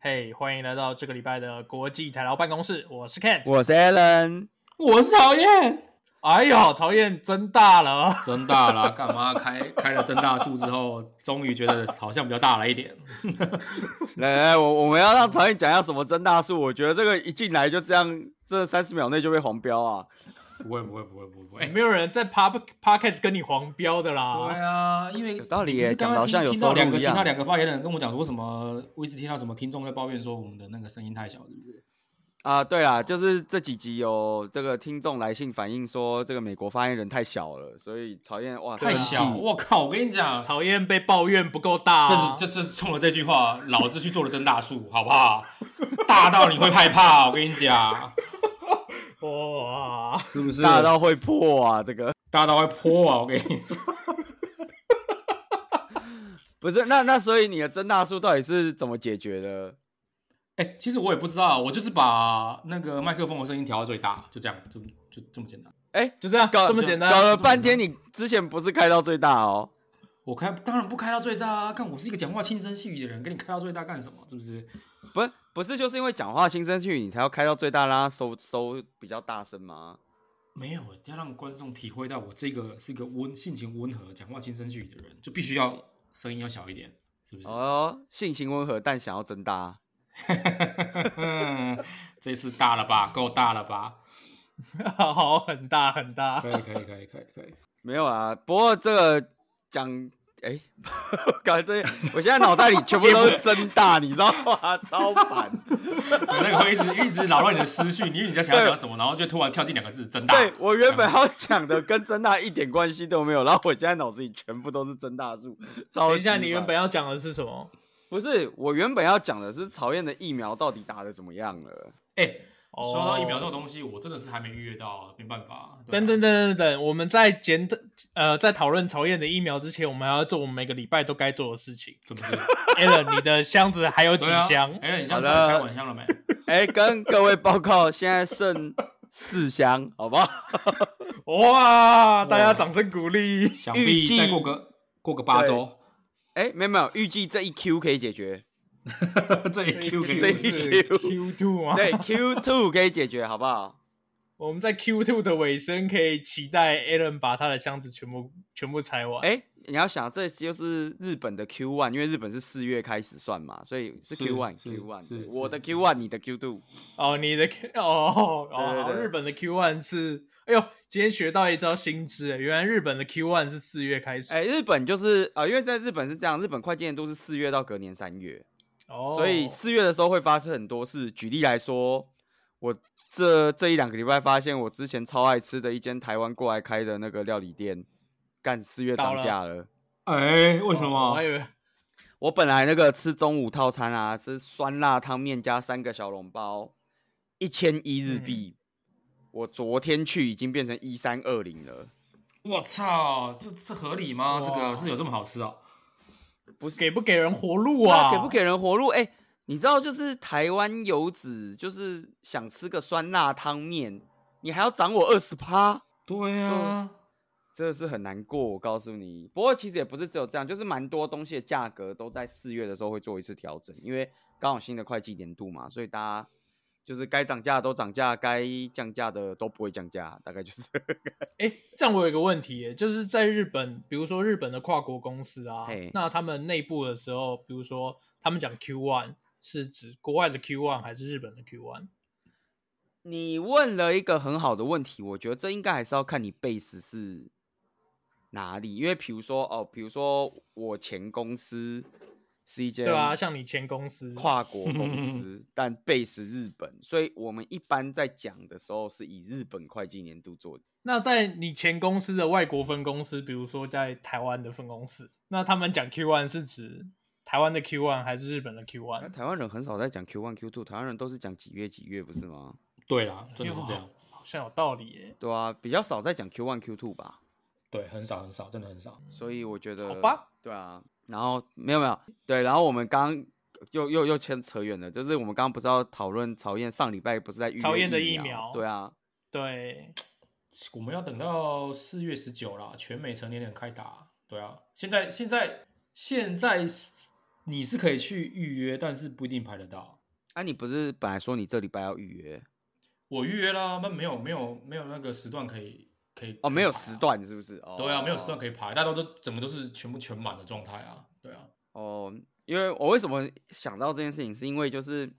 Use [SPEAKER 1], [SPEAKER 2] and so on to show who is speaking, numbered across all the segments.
[SPEAKER 1] 嘿欢迎来到这个礼拜的国际台劳办公室，我是 Ken，
[SPEAKER 2] 我是 Alan，
[SPEAKER 3] 我是讨厌，
[SPEAKER 1] 哎呦，曹燕真大了，啊
[SPEAKER 3] 真大了， 干嘛开开了真大数之后，终于觉得好像比较大了一点。
[SPEAKER 2] 来来，我我们要让曹颖讲一下什么真大树，我觉得这个一进来就这样，这三十秒内就被黄标啊！
[SPEAKER 3] 不会不会不会不会不会，
[SPEAKER 1] 没有人在 Pub Podcast 跟你黄标的啦。
[SPEAKER 3] 哎对啊，因为
[SPEAKER 2] 有 道理
[SPEAKER 3] 你不
[SPEAKER 2] 耶，
[SPEAKER 3] 是刚
[SPEAKER 2] 讲
[SPEAKER 3] 刚
[SPEAKER 2] 的好
[SPEAKER 3] 听
[SPEAKER 2] 像有
[SPEAKER 3] 听
[SPEAKER 2] 收
[SPEAKER 3] 到
[SPEAKER 2] 入
[SPEAKER 3] 两个
[SPEAKER 2] 一
[SPEAKER 3] 其他
[SPEAKER 2] 样。
[SPEAKER 3] 两个发言人跟我讲说什么，我一直听到什么听众在抱怨说我们的那个声音太小，是不是？
[SPEAKER 2] 啊，对啦，就是这几集有这个听众来信反映说，这个美国发言人太小了，所以曹燕哇
[SPEAKER 3] 太小，
[SPEAKER 2] 生气
[SPEAKER 3] 我靠！我跟你讲，
[SPEAKER 1] 曹燕被抱怨不够大、
[SPEAKER 3] 这是
[SPEAKER 1] 啊，
[SPEAKER 3] 这这是冲了这句话，老子去做了真大树，好不好？大到你会害怕，我跟你讲，
[SPEAKER 1] 哇，
[SPEAKER 3] 是不是？
[SPEAKER 2] 大到会破啊！这个
[SPEAKER 3] 大到会泼啊！我跟你讲，
[SPEAKER 2] 不是那那所以你的真大树到底是怎么解决的？
[SPEAKER 3] 哎、其实我也不知道，我就是把那个麦克风的声音调到最大，就这样，就就这么简单。
[SPEAKER 2] 哎，
[SPEAKER 1] 就这样，
[SPEAKER 2] 搞
[SPEAKER 1] 这么简单，
[SPEAKER 2] 搞了半天，你之前不是开到最大哦？
[SPEAKER 3] 我开当然不开到最大啊！看我是一个讲话轻声细语的人，跟你开到最大干什么？是不是？
[SPEAKER 2] 不是不是，就是因为讲话轻声细语，你才要开到最大，让它收收比较大声吗？
[SPEAKER 3] 没有，要让观众体会到我这个是一个温性情温和、讲话轻声细语的人，就必须要声音要小一点，是不是？
[SPEAKER 2] 哦，性情温和，但想要增大。
[SPEAKER 3] 嗯， 这次大了吧，够大了吧？
[SPEAKER 1] 好，很大很大
[SPEAKER 3] 可。以，可以，可以，可以，可以。
[SPEAKER 2] 没有啦，不过这个讲，哎、 搞这，我现在脑袋里全部都是增大，你知道 吗？超烦。
[SPEAKER 3] 你那个会一直一直扰乱你的思绪，你以为你在想要讲什么，然后就突然跳进两个字“真大”。
[SPEAKER 2] 对我原本要讲的跟增大一点关系都没有，然后我现在脑子里全部都是增大数。超
[SPEAKER 1] 等一下，
[SPEAKER 2] 级
[SPEAKER 1] 你原
[SPEAKER 2] 烦
[SPEAKER 1] 本要讲的是什么？
[SPEAKER 2] 不是我原本要讲的是曹燕的疫苗到底打的怎么样了？
[SPEAKER 3] 哎、
[SPEAKER 1] 哦
[SPEAKER 3] 说到疫苗这种东西，我真的是还没预约到，没办法。对啊。
[SPEAKER 1] 等等等等等，我们在检讨呃，在讨论曹燕的疫苗之前，我们还要做我们每个礼拜都该做的事情
[SPEAKER 3] 怎么是？
[SPEAKER 1] Alan，你的箱子还有几
[SPEAKER 3] 对啊，
[SPEAKER 1] 箱？
[SPEAKER 3] 哎、那你箱
[SPEAKER 2] 好
[SPEAKER 3] 子
[SPEAKER 2] 的
[SPEAKER 3] 开晚香了没？
[SPEAKER 2] 哎、跟各位报告，现在剩四箱，好不好？
[SPEAKER 1] 哇，大家掌声鼓励！
[SPEAKER 3] 想
[SPEAKER 2] 预
[SPEAKER 3] 必
[SPEAKER 2] 计
[SPEAKER 3] 再过个过个八周，
[SPEAKER 2] 哎、没有没有，预计这一 Q 可以解决。
[SPEAKER 3] 这一 Q 可以
[SPEAKER 2] 这一
[SPEAKER 3] 是
[SPEAKER 2] Q
[SPEAKER 1] Q two 吗？
[SPEAKER 2] 对，Q two 可以解决，好不好？
[SPEAKER 1] 我们在 Q two 的尾声可以期待 Alan 把他的箱子全部全部拆完。
[SPEAKER 2] 哎、你要想，这就是日本的 Q one，因为日本是四月开始算嘛，所以是
[SPEAKER 3] 是
[SPEAKER 2] Q one
[SPEAKER 3] 是
[SPEAKER 2] Q one。对
[SPEAKER 3] 是是
[SPEAKER 2] 我的
[SPEAKER 3] 是
[SPEAKER 2] Q one，你的 Q two。
[SPEAKER 1] 哦，你的 Q 哦
[SPEAKER 2] 对
[SPEAKER 1] 哦，
[SPEAKER 2] 对对
[SPEAKER 1] 日本的 Q one 是，哎呦，今天学到一招新知，哎原来日本的 Q one 是四月开始。
[SPEAKER 2] 哎、日本就是呃，因为在日本是这样，日本会计年度是四月到隔年三月，
[SPEAKER 1] 哦，
[SPEAKER 2] 所以四月的时候会发生很多事。举例来说，我这这一两个礼拜发现，我之前超爱吃的一间台湾过来开的那个料理店，干四月
[SPEAKER 1] 倒
[SPEAKER 2] 涨
[SPEAKER 1] 了
[SPEAKER 2] 价了。
[SPEAKER 3] 哎、为什
[SPEAKER 1] 哦我
[SPEAKER 3] 么
[SPEAKER 1] 还？以为
[SPEAKER 2] 我本来那个吃中午套餐啊，吃酸辣汤面加三个小笼包，一千一日
[SPEAKER 1] 嗯
[SPEAKER 2] 币。我昨天去已经变成一三二零了，
[SPEAKER 3] 我操，这这合理吗？
[SPEAKER 1] 哇
[SPEAKER 3] 这个是有这么好吃哦、
[SPEAKER 2] 不是
[SPEAKER 1] 给不给人活路
[SPEAKER 2] 哇，
[SPEAKER 1] 啊？
[SPEAKER 2] 给不？给人活路？哎、你知道就是台湾游子，就是想吃个酸辣汤面，你还要涨我二十趴，
[SPEAKER 3] 对啊，
[SPEAKER 2] 真的是很难过。我告诉你，不过其实也不是只有这样，就是蛮多东西的价格都在四月的时候会做一次调整，因为刚好新的会计年度嘛，所以大家。就是该涨价的都涨价，该降价的都不会降价，大概就是
[SPEAKER 1] 哎，这样我有一个问题耶，就是在日本，比如说日本的跨国公司啊
[SPEAKER 2] 嘿，
[SPEAKER 1] 那他们内部的时候，比如说他们讲 Q one 是指国外的 Q one 还是日本的 Q one？
[SPEAKER 2] 你问了一个很好的问题，我觉得这应该还是要看你 base 是哪里，因为比如说哦，比如说我前公司是一间
[SPEAKER 1] 对啊，像你前公司
[SPEAKER 2] 跨国公司，但 base 日本，所以我们一般在讲的时候是以日本会计年度做。
[SPEAKER 1] 那在你前公司的外国分公司，比如说在台湾的分公司，那他们讲 Q one 是指台湾的 Q one 还是日本的 Q
[SPEAKER 2] 那
[SPEAKER 1] one？
[SPEAKER 2] 台湾人很少在讲 Q one Q two，台湾人都是讲几月几月，不是吗？
[SPEAKER 3] 对啦，真的是这样。
[SPEAKER 1] 好像有道理耶。
[SPEAKER 2] 对啊，比较少在讲 Q one Q two 吧。
[SPEAKER 3] 对，很少很少，真的很少。
[SPEAKER 2] 所以我觉得，
[SPEAKER 1] 好吧，
[SPEAKER 2] 对啊，然后没有没有，对，然后我们刚又又又牵扯远了，就是我们刚刚不是要讨论曹燕上礼拜不是在预约
[SPEAKER 1] 曹燕的
[SPEAKER 2] 疫
[SPEAKER 1] 疫苗
[SPEAKER 2] 对啊，
[SPEAKER 1] 对，
[SPEAKER 3] 我们要等到四月十九啦，全美成年人开打。对啊，现在现在现在你是可以去预约，但是不一定排得到。
[SPEAKER 2] 啊，你不是本来说你这礼拜要预约
[SPEAKER 3] 我预约啦，那没有没有没有那个时段可以可以
[SPEAKER 2] 哦？没有
[SPEAKER 3] 可以排啊
[SPEAKER 2] 时段是不是？哦，
[SPEAKER 3] 对啊，没有时段可以排，大家都整个都是全部全满的状态啊，对啊，
[SPEAKER 2] 哦，因为我为什么想到这件事情，是因为就是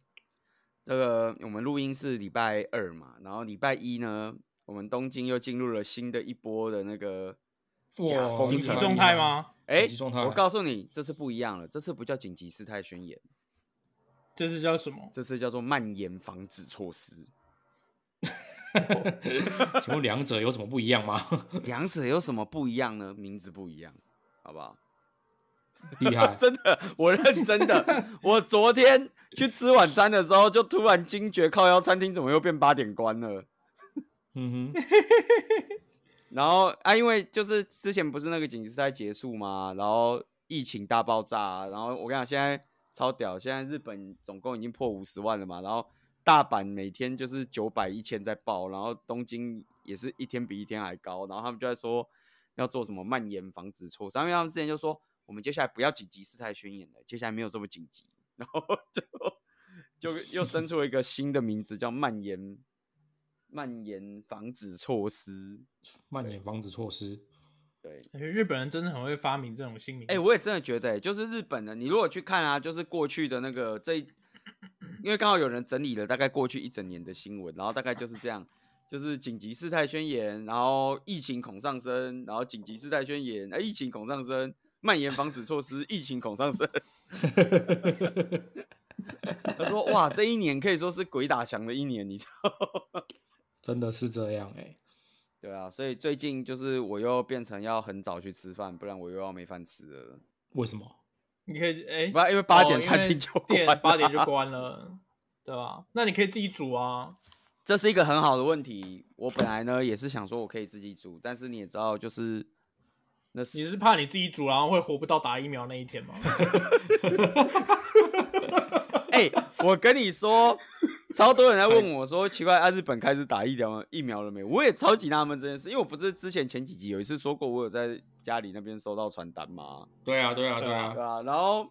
[SPEAKER 2] 这个我们录音是礼拜二嘛，然后礼拜一呢，我们东京又进入了新的一波的那个假
[SPEAKER 3] 哇
[SPEAKER 2] 封
[SPEAKER 1] 紧
[SPEAKER 3] 紧
[SPEAKER 1] 急状
[SPEAKER 3] 急
[SPEAKER 2] 城。
[SPEAKER 1] 态吗？
[SPEAKER 2] 哎
[SPEAKER 3] 紧急状，态
[SPEAKER 2] 我告诉你，这次不一样了，这次不叫紧急事态宣言，
[SPEAKER 1] 这是叫什么？
[SPEAKER 2] 这次叫做蔓延防止措施。
[SPEAKER 3] 请问两者有什么不一样吗？
[SPEAKER 2] 两者有什么不一样呢？名字不一样，好不好？
[SPEAKER 3] 厉害，
[SPEAKER 2] 真的，我认真的。我昨天去吃晚餐的时候，就突然惊觉靠腰餐厅怎么又变八点关了。
[SPEAKER 3] 嗯哼，
[SPEAKER 2] 然后啊，因为就是之前不是那个紧急事态结束嘛，然后疫情大爆炸啊、然后我跟你讲，现在超屌，现在日本总共已经破五十万了嘛，然后大阪每天就是九百一千在爆，然后东京也是一天比一天还高，然后他们就在说要做什么蔓延防止措施，因为他们之前就说我们接下来不要紧急事态宣言了，接下来没有这么紧急， 然后就就又生出了一个新的名字叫蔓延蔓延防止措施。
[SPEAKER 3] 蔓延防止措施，
[SPEAKER 2] 对，
[SPEAKER 1] 感觉日本人真的很会发明这种新名词。
[SPEAKER 2] 哎、我也真的觉得、欸，就是日本的，你如果去看啊，就是过去的那个这一，因为刚好有人整理了大概过去一整年的新闻，然后大概就是这样，就是紧急事态宣言，然后疫情恐上升，然后紧急事态宣言，哎、疫情恐上升，蔓延防止措施，疫情恐上升。 他说：“哇，这一年可以说是鬼打墙的一年，你知道吗？
[SPEAKER 3] 真的是这样哎、
[SPEAKER 2] 对啊，所以最近就是我又变成要很早去吃饭，不然我又要没饭吃了。
[SPEAKER 3] 为什么？
[SPEAKER 1] 你可以哎，
[SPEAKER 2] 不然因为
[SPEAKER 1] 哦
[SPEAKER 2] 八点
[SPEAKER 1] 因
[SPEAKER 2] 餐
[SPEAKER 1] 为
[SPEAKER 2] 厅就
[SPEAKER 1] 店
[SPEAKER 2] 关
[SPEAKER 1] 八点就
[SPEAKER 2] 了
[SPEAKER 1] 关了，对吧？那你可以自己煮啊。
[SPEAKER 2] 这是一个很好的问题。我本来呢也是想说我可以自己煮，但是你也知道，就是那
[SPEAKER 1] 你是
[SPEAKER 2] 死
[SPEAKER 1] 怕你自己煮然后会活不到打疫苗那一天 吗？
[SPEAKER 2] 哎、我跟你说，超多人在问我说，奇怪啊，日本开始打疫苗疫苗了没？我也超级纳闷这件事，因为我不是之前前几集有一次说过，我有在家里那边收到传单吗？
[SPEAKER 3] 对啊，对啊，对啊
[SPEAKER 2] 对，啊，然后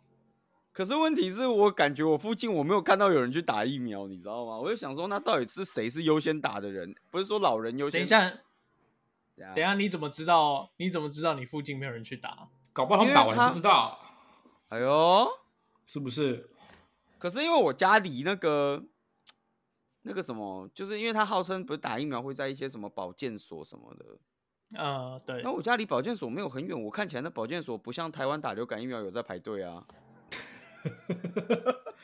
[SPEAKER 2] 可是问题是我感觉我附近我没有看到有人去打疫苗，你知道吗？我就想说，那到底是谁是优先打的人？不是说老人优先？
[SPEAKER 1] 等一，下，
[SPEAKER 2] 等
[SPEAKER 1] 等一下，你怎么知道？你怎么知道你附近没有人去打？
[SPEAKER 3] 搞不好他们打完
[SPEAKER 2] 因为他
[SPEAKER 3] 你不知道，
[SPEAKER 2] 哎呦。
[SPEAKER 3] 是不是？
[SPEAKER 2] 可是因为我家离那个那个什么，就是因为他号称不是打疫苗会在一些什么保健所什么的，
[SPEAKER 1] 呃，对
[SPEAKER 2] 那，我家离保健所没有很远，我看起来那保健所不像台湾打流感疫苗有在排队啊。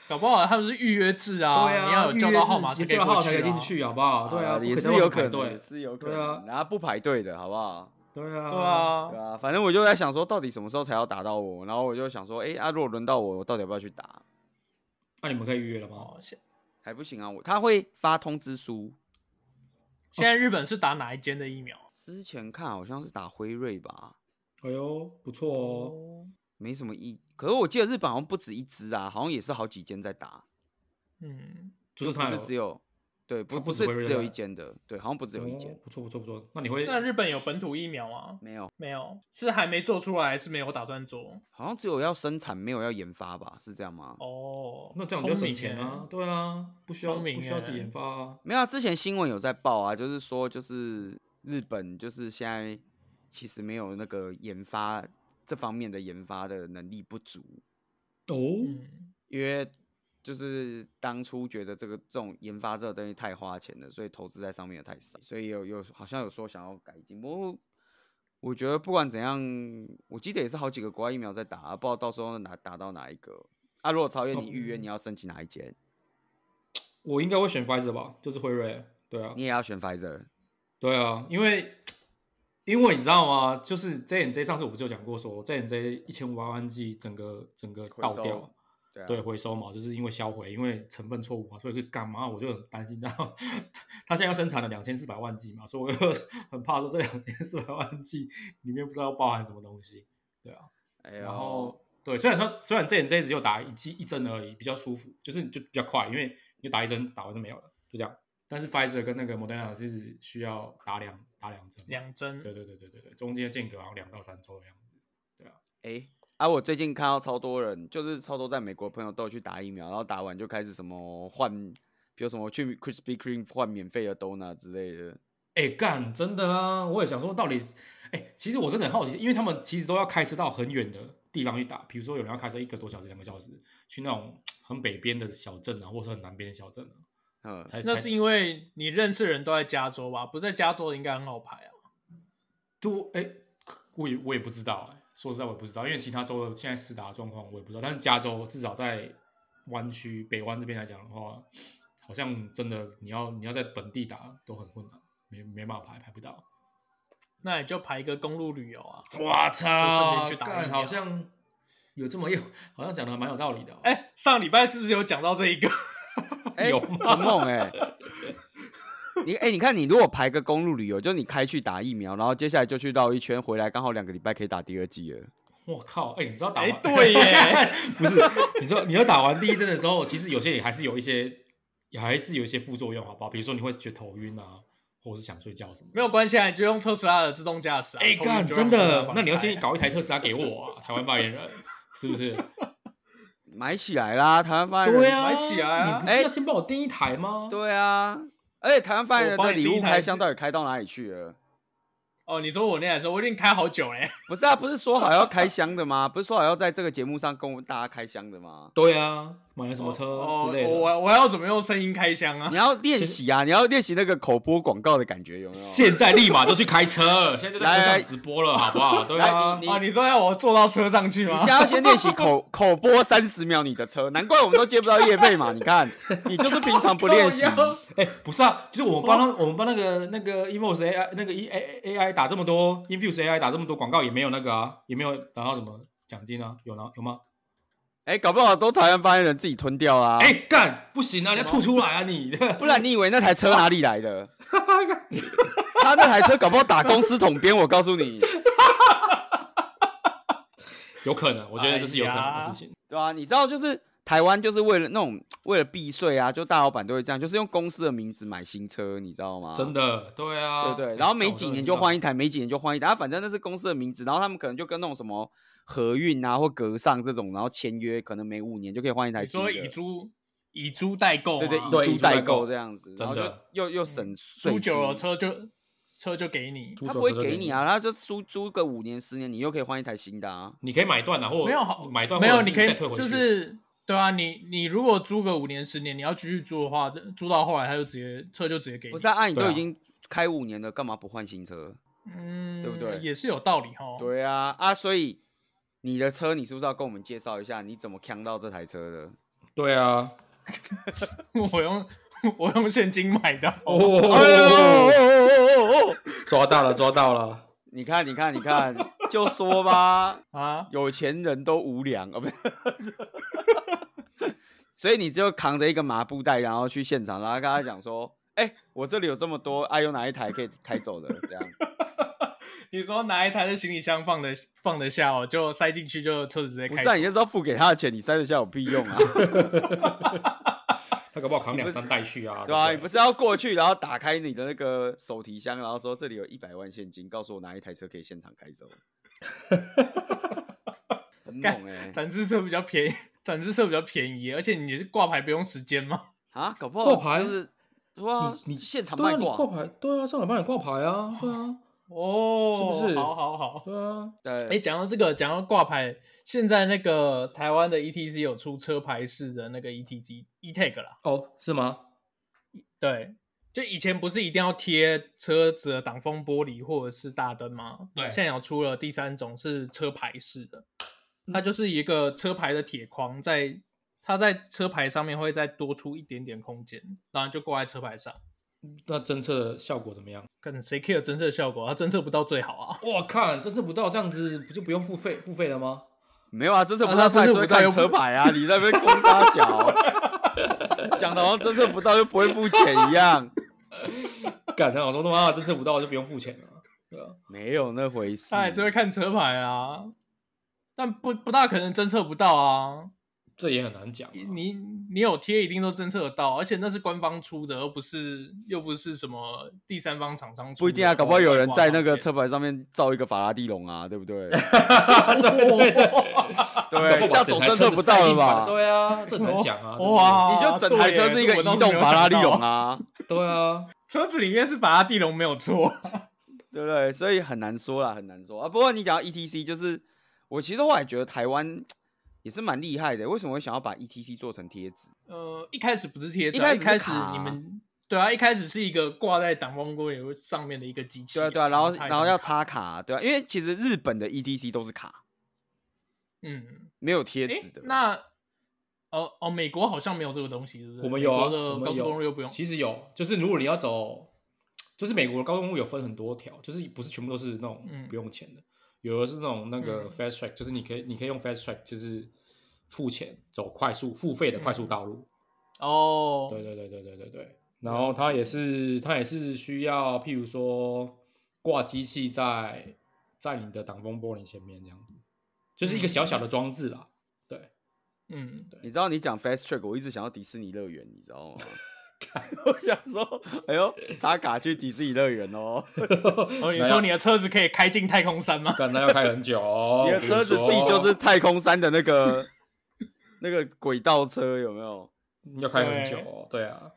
[SPEAKER 1] 搞不好他们是预约制啊，
[SPEAKER 3] 对啊，
[SPEAKER 1] 你要有叫到号码
[SPEAKER 3] 就
[SPEAKER 1] 才可以
[SPEAKER 3] 叫到号
[SPEAKER 1] 过
[SPEAKER 3] 才可
[SPEAKER 1] 去、
[SPEAKER 3] 以进
[SPEAKER 1] 啊。
[SPEAKER 3] 去，好不好？对啊，
[SPEAKER 2] 好啦也是
[SPEAKER 3] 不以在外面
[SPEAKER 2] 有可
[SPEAKER 3] 排
[SPEAKER 2] 能，也
[SPEAKER 3] 队，
[SPEAKER 2] 是有可
[SPEAKER 3] 对啊
[SPEAKER 2] 能，然后不排队的好不好？
[SPEAKER 3] 对啊，
[SPEAKER 1] 对，啊
[SPEAKER 2] 对，啊，反正我就在想说，到底什么时候才要打到我？然后我就想说，哎、啊，如果轮到我，我到底要不要去打？
[SPEAKER 3] 那你们可以预约了吗？
[SPEAKER 1] 哦，现
[SPEAKER 2] 还不行啊，我他会发通知书。
[SPEAKER 1] 现在日本是打哪一间的疫苗？
[SPEAKER 2] 之前看好像是打辉瑞吧，
[SPEAKER 3] 哎呦，不错哦。
[SPEAKER 1] 哦，
[SPEAKER 2] 没什么意。可是我记得日本好像不止一支啊，好像也是好几间在打。
[SPEAKER 1] 嗯，
[SPEAKER 3] 就是
[SPEAKER 2] 不
[SPEAKER 3] 他
[SPEAKER 2] 是
[SPEAKER 3] 有
[SPEAKER 2] 只有，对，不
[SPEAKER 3] 它
[SPEAKER 2] 不
[SPEAKER 3] 不
[SPEAKER 2] 是
[SPEAKER 3] 止辉瑞
[SPEAKER 2] 只有
[SPEAKER 3] 的
[SPEAKER 2] 一间的，对，好像不只有一间
[SPEAKER 3] 哦，不错不错不错。那你会
[SPEAKER 1] 那日本有本土疫苗吗？
[SPEAKER 2] 没有，
[SPEAKER 1] 没有，是还没做出来，还是没有打算做？
[SPEAKER 2] 好像只有要生产，没有要研发吧？是这样吗？
[SPEAKER 1] 哦，
[SPEAKER 3] 那这样
[SPEAKER 1] 聪
[SPEAKER 3] 比较
[SPEAKER 1] 明
[SPEAKER 3] 省钱啊
[SPEAKER 1] 耶，。
[SPEAKER 3] 对啊，不需要
[SPEAKER 1] 聪明
[SPEAKER 3] 不需要
[SPEAKER 1] 欸
[SPEAKER 3] 自己研发啊。
[SPEAKER 2] 没有、啊，之前新闻有在报啊，就是说，就是日本就是现在其实没有那个研发这方面的研发的能力不足，
[SPEAKER 3] 哦，
[SPEAKER 1] 嗯，
[SPEAKER 2] 因为就是当初觉得这个这种研发这个东西太花钱了，所以投资在上面也太少，所以有有好像有说想要改进，不过我觉得不管怎样，我记得也是好几个国外疫苗在打、啊，不知道到时候哪打到哪一个啊？如果超越
[SPEAKER 3] 哦
[SPEAKER 2] 你预
[SPEAKER 3] 嗯
[SPEAKER 2] 约，你要申请哪一间？
[SPEAKER 3] 我应该会选 Pfizer 吧，就是辉瑞。对啊
[SPEAKER 2] 你，也要选 Pfizer
[SPEAKER 3] 对啊，因为因为你知道吗？就是 JNJ 上次我不是有讲过说，JNJ 一千五百万剂整个整个
[SPEAKER 2] 回
[SPEAKER 3] 倒
[SPEAKER 2] 收
[SPEAKER 3] 掉。
[SPEAKER 2] 对啊，
[SPEAKER 3] 对，回收嘛，就是因为销毁，因为成分错误嘛，所以干嘛我就很担心。然后 他现在要生产了两千四百万剂嘛，所以我又 很怕说这两千四百万剂里面不知道包含什么东西。对啊，
[SPEAKER 2] 哎
[SPEAKER 1] 哦
[SPEAKER 3] 然
[SPEAKER 2] 呦，
[SPEAKER 3] 后对，虽然说虽然这人这只有打一剂一针而已，比较舒服，就是你就比较快，因为你就打一针打完就没有了，就这样。但是 Pfizer 跟那个 Moderna 是需要打两打两针嘛，
[SPEAKER 1] 两针
[SPEAKER 3] 对对对对对对，中间间隔好像两到三周的样子。
[SPEAKER 2] 哎，啊，我最近看到超多人，就是超多在美国的朋友都有去打疫苗，然后打完就开始什么换，比如什么去 Krispy Kreme 换免费的 donut 之类的。
[SPEAKER 3] 哎、干，真的啊！我也想说，到底，哎、其实我真的很好奇，因为他们其实都要开车到很远的地方去打，比如说有人要开车一个多小时、两个小时去那种很北边的小镇啊，或者很南边的小镇啊，
[SPEAKER 2] 嗯，
[SPEAKER 3] 才
[SPEAKER 1] 那
[SPEAKER 3] 才
[SPEAKER 1] 是因为你认识的人都在加州吧？不在加州应该很好排啊。
[SPEAKER 3] 都哎、我也我也不知道哎、说实在我也不知道，因为其他州的现在施打的状况我也不知道，但是加州至少在湾区北湾这边来讲的话，好像真的你要你要在本地打都很困难，没没办法排排不到。
[SPEAKER 1] 那你就排一个公路旅游啊。
[SPEAKER 3] 我
[SPEAKER 1] 操
[SPEAKER 3] 操！
[SPEAKER 1] 干好
[SPEAKER 3] 好像有这么一，好像讲的蛮有道理的、哦
[SPEAKER 1] 哎、上礼拜是不是有讲到这一个？
[SPEAKER 2] 哎、
[SPEAKER 3] 有
[SPEAKER 2] 很猛哎、你哎、你看，你如果排个公路旅游，就是你开去打疫苗，然后接下来就去绕一圈，回来刚好两个礼拜可以打第二剂了。
[SPEAKER 3] 我靠！哎、你知道打完、
[SPEAKER 1] 哎对耶，
[SPEAKER 3] 不是？你知道你要打完第一针的时候，其实有些也还是有一些，也还是有一些副作用，好不好？比如说你会觉得头晕啊，或者是想睡觉什么的。
[SPEAKER 1] 没有关系啊，你就用特斯拉的自动驾驶啊。
[SPEAKER 3] 哎
[SPEAKER 1] 后面
[SPEAKER 3] 干，
[SPEAKER 1] 就让
[SPEAKER 3] 真
[SPEAKER 1] 特斯拉帮
[SPEAKER 3] 的？
[SPEAKER 1] 你
[SPEAKER 3] 那你要先
[SPEAKER 1] 开啊
[SPEAKER 3] 搞一台特斯拉给我啊，台 湾发言人是不 是？
[SPEAKER 2] 买起来啦，台湾发言人。
[SPEAKER 3] 对啊，
[SPEAKER 1] 买起来啊
[SPEAKER 3] 你不是要先帮我订一台吗？
[SPEAKER 2] 对啊，而且台湾发言人
[SPEAKER 1] 我
[SPEAKER 2] 的
[SPEAKER 1] 帮你
[SPEAKER 2] 礼
[SPEAKER 1] 第一
[SPEAKER 2] 物
[SPEAKER 1] 台
[SPEAKER 2] 开
[SPEAKER 1] 是
[SPEAKER 2] 箱到底开到哪里去了？
[SPEAKER 1] 哦，你说我那台车，我已经开好久嘞。
[SPEAKER 2] 不是啊，不是说好要开箱的吗？不是说好要在这个节目上跟我大家开箱的吗？
[SPEAKER 3] 对啊，买了什么车
[SPEAKER 1] 哦
[SPEAKER 3] 之类的？
[SPEAKER 1] 我我我要怎么用声音开箱啊
[SPEAKER 2] 你？要练习啊，你要练习那个口播广告的感觉，有没有？
[SPEAKER 3] 现在立马就去开车， 现在就在车
[SPEAKER 2] 来
[SPEAKER 3] 上直播了，好不好？对啊
[SPEAKER 2] 来，你
[SPEAKER 1] 啊，你说要我坐到车上去
[SPEAKER 2] 你
[SPEAKER 1] 吗？
[SPEAKER 2] 先要先练习口口播三十秒你的车，难怪我们都接不到业配嘛。你看，你就是平常不练习，
[SPEAKER 1] 靠腰
[SPEAKER 3] 哎、不是啊，就是我们帮他，我们帮那个那个 Evos AI 那个 E A A I 打这么多 Infuse AI 打这么多广告，也没有那个啊，也没有拿到什么奖金啊，有拿有吗？
[SPEAKER 2] 哎、搞不好都台湾发言人自己吞掉
[SPEAKER 1] 啊
[SPEAKER 2] 啦、
[SPEAKER 3] 哎、干，不行啊，你要吐出来啊你！
[SPEAKER 2] 不然你以为那台车哪里来的？他那台车搞不好打公司统编，我告诉你，
[SPEAKER 3] 有可能，我觉得这是有可能
[SPEAKER 1] 哎
[SPEAKER 3] 的
[SPEAKER 1] 呀
[SPEAKER 3] 事情。
[SPEAKER 2] 对啊，你知道就是台湾就是为了那种为了避税啊，就大老板都会这样，就是用公司的名字买新车，你知道吗？
[SPEAKER 3] 真的，对啊，
[SPEAKER 2] 对对，然后
[SPEAKER 3] 哎
[SPEAKER 2] 每几年就换一，台，每几年就换一台，啊，反正那是公司的名字，然后他们可能就跟那种什么合运啊或格上这种，然后签约，可能每五年就可以换一台
[SPEAKER 1] 你
[SPEAKER 2] 新
[SPEAKER 1] 说
[SPEAKER 2] 的。
[SPEAKER 1] 以租以租代购吗，
[SPEAKER 2] 对对，以租
[SPEAKER 3] 对以租代
[SPEAKER 2] 代购
[SPEAKER 3] 购
[SPEAKER 2] 这样子，然
[SPEAKER 3] 真
[SPEAKER 2] 后就
[SPEAKER 3] 的
[SPEAKER 2] 又又省税
[SPEAKER 1] 租
[SPEAKER 2] 金。
[SPEAKER 1] 久了车就车就给你，
[SPEAKER 3] 我
[SPEAKER 2] 他
[SPEAKER 3] 知
[SPEAKER 2] 不
[SPEAKER 3] 道
[SPEAKER 2] 会给你啊，，他就租租个五年十年，你又可以换一台新的啊。
[SPEAKER 3] 你可以买断啊，或
[SPEAKER 1] 没有好
[SPEAKER 3] 买断，
[SPEAKER 1] 没有，
[SPEAKER 3] 或者
[SPEAKER 1] 你
[SPEAKER 3] 是
[SPEAKER 1] 可以
[SPEAKER 3] 再退回去
[SPEAKER 1] 就是对啊，你你如果租个五年十年，你要继续租的话，租到后来他就直接车就直接给你，
[SPEAKER 2] 不是啊，啊你
[SPEAKER 3] 对
[SPEAKER 2] 都
[SPEAKER 3] 啊
[SPEAKER 2] 已经开五年了，干嘛不换新车？
[SPEAKER 1] 嗯，
[SPEAKER 2] 对不对
[SPEAKER 1] 也是有道理哈。，
[SPEAKER 2] 对啊，啊，所以你的车，你是不是要跟我们介绍一下你怎么扛到这台车的？
[SPEAKER 3] 对啊，
[SPEAKER 1] 我用 我用现金买的，
[SPEAKER 3] 哦，
[SPEAKER 2] 哎呦哦哦哦哦哦！
[SPEAKER 3] 抓到 了，抓到了。
[SPEAKER 2] 你看，你看，你看，就说吧。
[SPEAKER 1] 啊，
[SPEAKER 2] 有钱人都无良啊，不是。 所以你就扛着一个麻布袋，然后去现场，然后跟他讲说：“哎、我这里有这么多，啊，有哪一台可以开走的？”这样，
[SPEAKER 1] 你说哪一台的行李箱放得放得下哦，就塞进去就车子直接
[SPEAKER 2] 不
[SPEAKER 1] 开
[SPEAKER 2] 是、啊、你那时候付给他的钱，你塞得下有屁用啊？
[SPEAKER 3] 他搞不好扛两三袋去啊，
[SPEAKER 2] 对吧、啊？你
[SPEAKER 3] 对不
[SPEAKER 2] 不是要过去，然后打开你的那个手提箱，然后说这里有一百万现金，告诉我哪一台车可以现场开走。很猛哎、
[SPEAKER 1] 展示车比较便宜， 展示车比较便宜，而且你是挂牌不用时间吗？
[SPEAKER 2] 啊，搞不
[SPEAKER 3] 挂
[SPEAKER 2] 好
[SPEAKER 3] 牌
[SPEAKER 2] 就是，哇，
[SPEAKER 3] 你你
[SPEAKER 2] 现场
[SPEAKER 3] 对
[SPEAKER 2] 卖
[SPEAKER 3] 啊，你
[SPEAKER 2] 挂，
[SPEAKER 3] 挂牌，对啊，上海帮你挂牌啊，对啊，
[SPEAKER 1] 哦，
[SPEAKER 3] 是不是
[SPEAKER 1] 好好好。
[SPEAKER 3] 对啊，
[SPEAKER 1] 哎、
[SPEAKER 2] 对，
[SPEAKER 1] 讲到这个，讲到挂牌，现在那个台湾的 ETC 有出车牌式的那个 E ETC eTag 啦，
[SPEAKER 3] 哦，是吗？
[SPEAKER 1] 对，就以前不是一定要贴车子的挡风玻璃或者是大灯吗？
[SPEAKER 3] 对
[SPEAKER 1] 现在有出了第三种是车牌式的，它就是一个车牌的铁框在。它在车牌上面会再多出一点点空间，然后就挂在车牌上。
[SPEAKER 3] 那侦测效果怎么样？
[SPEAKER 1] 看谁 care 侦测效果，它侦测不到最好啊。
[SPEAKER 3] 我看侦测不到，这样子不就不用付费付费了吗？
[SPEAKER 2] 没有啊，这次不
[SPEAKER 1] 啊那
[SPEAKER 2] 到他还
[SPEAKER 1] 这
[SPEAKER 2] 是
[SPEAKER 1] 次
[SPEAKER 2] 会
[SPEAKER 1] 不到
[SPEAKER 2] 看
[SPEAKER 1] 又不
[SPEAKER 2] 车牌啊，你在那边空撒小，讲的好像这次不到就不会付钱一样，
[SPEAKER 3] 干，他老说他妈的侦测不到就不用付钱了，对啊，
[SPEAKER 2] 没有那回事
[SPEAKER 1] 哎他。还是会看车牌啊，但不不大可能侦测不到啊。
[SPEAKER 3] 这也很难讲啊。
[SPEAKER 1] 你你有贴一定都侦测得到，而且那是官方出的，而不是又不是什么第三方厂商出的。
[SPEAKER 2] 不一定啊，搞不好有人在那个
[SPEAKER 1] 测
[SPEAKER 2] 车牌上面造一个法拉第龙啊，对不对？
[SPEAKER 3] 对对对，
[SPEAKER 2] 对，这样总政策不到了吧？
[SPEAKER 3] 对啊，这很难讲啊。对不对，
[SPEAKER 1] 哇，
[SPEAKER 2] 你就整台车是一个移动法拉利龙
[SPEAKER 1] 啊，
[SPEAKER 2] 啊，
[SPEAKER 3] 对啊，
[SPEAKER 1] 车子里面是法拉利龙没有错。
[SPEAKER 2] 对不对？所以很难说啦，很难说啊。不过你讲到 ETC，就是我其实后来觉得台湾也是蛮厉害的，为什么会想要把 ETC 做成贴纸？
[SPEAKER 1] 呃，一开始不是贴纸
[SPEAKER 2] 一
[SPEAKER 1] 啊，一
[SPEAKER 2] 开始是
[SPEAKER 1] 开始
[SPEAKER 2] 卡
[SPEAKER 1] 你们对啊，一开始是一个挂在挡风玻璃上面的一个机器
[SPEAKER 2] 对
[SPEAKER 1] 啊、
[SPEAKER 2] 啊，对啊，然后
[SPEAKER 1] 插一
[SPEAKER 2] 然后
[SPEAKER 1] 张
[SPEAKER 2] 要
[SPEAKER 1] 卡，
[SPEAKER 2] 插卡，对啊，因为其实日本的 ETC 都是卡，
[SPEAKER 1] 嗯，
[SPEAKER 2] 没有贴
[SPEAKER 1] 诶
[SPEAKER 2] 纸的。
[SPEAKER 1] 那哦哦，美国好像没有这个东西，对不对？
[SPEAKER 3] 我们有啊，
[SPEAKER 1] 美国的
[SPEAKER 3] 我
[SPEAKER 1] 高
[SPEAKER 3] 们
[SPEAKER 1] 速
[SPEAKER 3] 有
[SPEAKER 1] 公路又不用，
[SPEAKER 3] 其实有，就是如果你要走，就是美国的高速公路有分很多条，就是不是全部都是那种
[SPEAKER 1] 嗯
[SPEAKER 3] 不用钱的，有的是那种那个
[SPEAKER 1] 嗯
[SPEAKER 3] fast track，、就是你可以你可以用 fast track，就是付钱走快速付费的快
[SPEAKER 1] 嗯
[SPEAKER 3] 速道路。
[SPEAKER 1] 哦，
[SPEAKER 3] 对对对对对对对。然
[SPEAKER 1] 啊
[SPEAKER 3] 后它也是它也是需要，譬如说挂机器在在你的挡风玻璃前面这样子，就是一个小小的装置啦。对，
[SPEAKER 1] 嗯，
[SPEAKER 2] 你知道你讲 Fast Track，我一直想要迪士尼乐园，你知道 吗？我想说，哎呦，插卡去迪士尼乐园哦，
[SPEAKER 1] 哦，你
[SPEAKER 3] 那要
[SPEAKER 1] 说你的车子可以开进太空山吗？
[SPEAKER 3] 但那要开很久、哦。
[SPEAKER 2] 你的
[SPEAKER 3] 我跟
[SPEAKER 2] 车子
[SPEAKER 3] 说
[SPEAKER 2] 自己就是
[SPEAKER 1] 哦
[SPEAKER 2] 太空山的那个那个轨道车，有没有？
[SPEAKER 3] 要开很久、哦。对啊。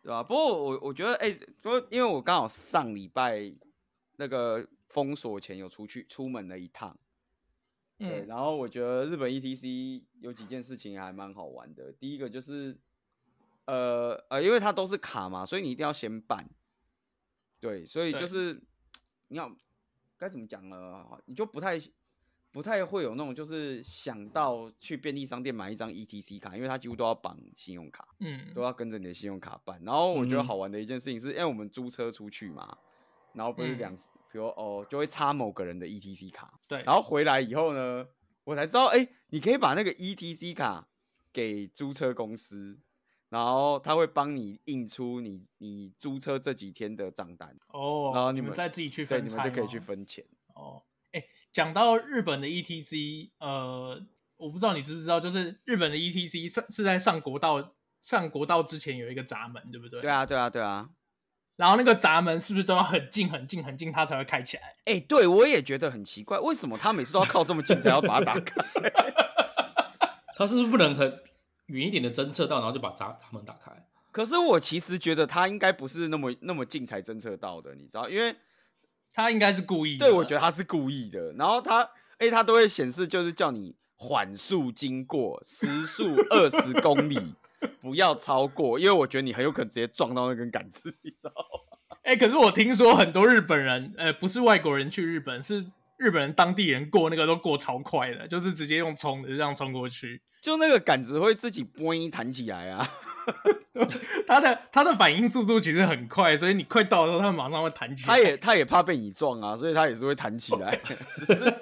[SPEAKER 2] 对吧、不过我我觉得，哎、说因为我刚好上礼拜那个封锁前有出去出门了一趟，对，
[SPEAKER 1] 嗯，
[SPEAKER 2] 然后我觉得日本 ETC 有几件事情还蛮好玩的。第一个就是，呃呃，因为它都是卡嘛，所以你一定要先办。对，所以
[SPEAKER 1] 对
[SPEAKER 2] 就是你要该怎么讲呢？你就不太不太会有那种就是想到去便利商店买一张 ETC 卡，因为它几乎都要绑信用卡，
[SPEAKER 1] 嗯，
[SPEAKER 2] 都要跟着你的信用卡办。然后我觉得
[SPEAKER 3] 嗯
[SPEAKER 2] 好玩的一件事情是，因为我们租车出去嘛，然后不是
[SPEAKER 1] 嗯
[SPEAKER 2] 两，比如哦就会插某个人的 ETC 卡。
[SPEAKER 1] 对，
[SPEAKER 2] 然后回来以后呢，我才知道，哎、你可以把那个 ETC 卡给租车公司，然后他会帮你印出你你租车这几天的账单，
[SPEAKER 1] 哦，
[SPEAKER 2] 然后你
[SPEAKER 1] 你
[SPEAKER 2] 们
[SPEAKER 1] 再自己去
[SPEAKER 2] 对，
[SPEAKER 1] 分
[SPEAKER 2] 你
[SPEAKER 1] 拆
[SPEAKER 2] 们就可以
[SPEAKER 1] 吗
[SPEAKER 2] 去分钱。
[SPEAKER 1] 哦，哎，讲到日本的 ETC，呃，我不知道你知不知道，就是日本的 ETC 上是在上国道上国道之前有一个闸门，对不对？
[SPEAKER 2] 对。啊，对啊，对啊。
[SPEAKER 1] 然后那个闸门是不是都要很近很近很近，它才会开起来？
[SPEAKER 2] 哎、对我也觉得很奇怪，为什么他每次都要靠这么近才要把它打开？
[SPEAKER 3] 他是不是不能很远一点的侦测到，然后就把闸闸门打开？
[SPEAKER 2] 可是我其实觉得他应该不是那么那么近才侦测到的，你知道，因为
[SPEAKER 1] 它应该是故意的。
[SPEAKER 2] 对我觉得他是故意的。然后他，哎、他都会显示就是叫你缓速经过，时速二十公里，不要超过，因为我觉得你很有可能直接撞到那根杆子，你知道吗？
[SPEAKER 1] 哎、可是我听说很多日本人，呃，不是外国人去日本，是日本人当地人过那个都过超快的，就是直接用冲的就这样冲过去。
[SPEAKER 2] 就那个杆子会自己波音弹起来啊！
[SPEAKER 1] 它的它的反应速度其实很快，所以你快到的时候，它马上会弹起来。
[SPEAKER 2] 他也他也怕被你撞啊，所以他也是会弹起来。只是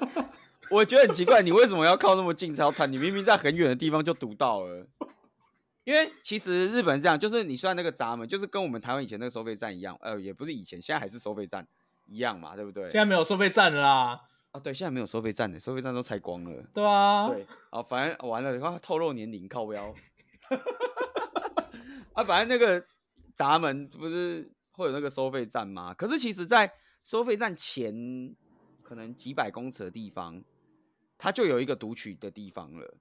[SPEAKER 2] 我觉得很奇怪，你为什么要靠那么近才要弹？你明明在很远的地方就读到了。因为其实日本是这样，就是你算那个闸门，就是跟我们台湾以前那个收费站一样，呃，也不是以前，现在还是收费站一样嘛，对不对？
[SPEAKER 1] 现在没有收费站了啦，
[SPEAKER 2] 啊，对，现在没有收费站的，收费站都拆光了。
[SPEAKER 1] 对啊，
[SPEAKER 2] 对，啊，反正完了，他透露年龄，靠腰。 啊，反正那个闸门不是会有那个收费站吗？可是其实，在收费站前可能几百公尺的地方，它就有一个读取的地方了。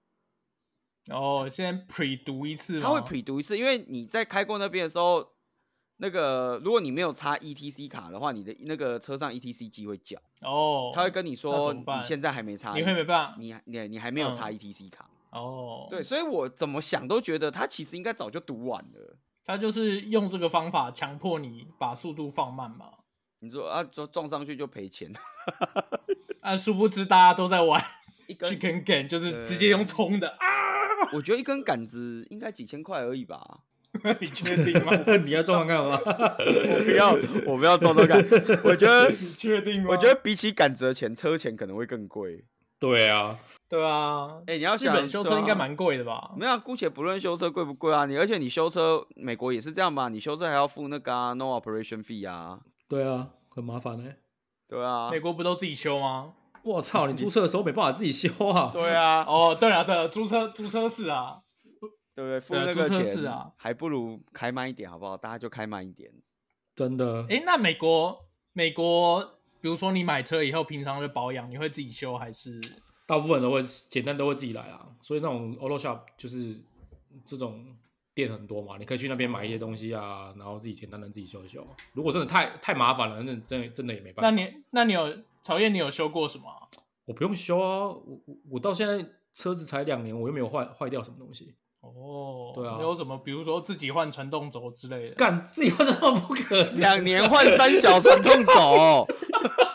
[SPEAKER 1] 哦，先 pre 读一次吗，
[SPEAKER 2] 他会 pre 读一次，因为你在开过那边的时候，那个如果你没有插 ETC 卡的话，你的那个车上 ETC 机会叫，
[SPEAKER 1] 哦，
[SPEAKER 2] 他会跟你
[SPEAKER 1] 那
[SPEAKER 2] 说
[SPEAKER 1] 怎么办
[SPEAKER 2] 你现在还没插 ETC，
[SPEAKER 1] 你会没办法，
[SPEAKER 2] 你还你你还没有插
[SPEAKER 1] 嗯
[SPEAKER 2] ETC 卡。
[SPEAKER 1] 哦，
[SPEAKER 2] 对，，所以我怎么想都觉得他其实应该早就读完了。
[SPEAKER 1] 他就是用这个方法强迫你把速度放慢嘛，
[SPEAKER 2] 你说啊，撞撞上去就赔钱，
[SPEAKER 1] 啊，殊不知大家都在玩
[SPEAKER 2] 一根
[SPEAKER 1] chicken game，就是直接用冲的啊，
[SPEAKER 2] 我觉得一根杆子应该几千块而已吧。
[SPEAKER 1] 啊你确定吗？
[SPEAKER 3] 你要撞看 看吗？
[SPEAKER 2] 我不要，我不要撞撞杆。我觉 得，
[SPEAKER 1] 你确定吗？
[SPEAKER 2] 我觉得比起杆子的钱，车钱可能会更贵。
[SPEAKER 3] 对啊，
[SPEAKER 1] 对啊，
[SPEAKER 2] 哎、你要
[SPEAKER 1] 日
[SPEAKER 2] 想
[SPEAKER 1] 本修车应该、蛮贵的
[SPEAKER 2] 对
[SPEAKER 1] 吧
[SPEAKER 2] 啊？没有、啊，姑且不论修车贵不贵啊，你而且你修车，美国也是这样吧？你修车还要付那个、啊、no operation fee 啊，
[SPEAKER 3] 对啊，很麻烦呢、
[SPEAKER 2] 对啊
[SPEAKER 1] 美。国不都自己修吗？
[SPEAKER 3] 我操，你注册的时候没办法自己修啊。
[SPEAKER 2] 对啊，
[SPEAKER 1] 哦，对啊，对啊，租车租车是啊，
[SPEAKER 2] 对不对？付
[SPEAKER 1] 对啊
[SPEAKER 2] 那
[SPEAKER 1] 租
[SPEAKER 2] 个
[SPEAKER 1] 车
[SPEAKER 2] 钱
[SPEAKER 1] 是啊
[SPEAKER 2] 还不如开慢一点，好不好？大家就开慢一点。
[SPEAKER 3] 真的，
[SPEAKER 1] 诶，那美国美国，比如说你买车以后，平常的保养，你会自己修还是？
[SPEAKER 3] 大部分都会简单都会自己来啊，所以那种 auto shop 就是这种店很多嘛，你可以去那边买一些东西啊，然后自己简单的自己修一修。如果真的太太麻烦了，那真的真的也没办法。
[SPEAKER 1] 那你那你有曹燕，你有修过什么啊？
[SPEAKER 3] 我不用修啊，我我我到现在车子才两年，我又没有坏坏掉什么东西。
[SPEAKER 1] 哦，
[SPEAKER 3] 对啊
[SPEAKER 1] 你有什么？比如说自己换传动轴之类的。
[SPEAKER 3] 干自己换这么不可能，
[SPEAKER 2] 两年换三小传统走，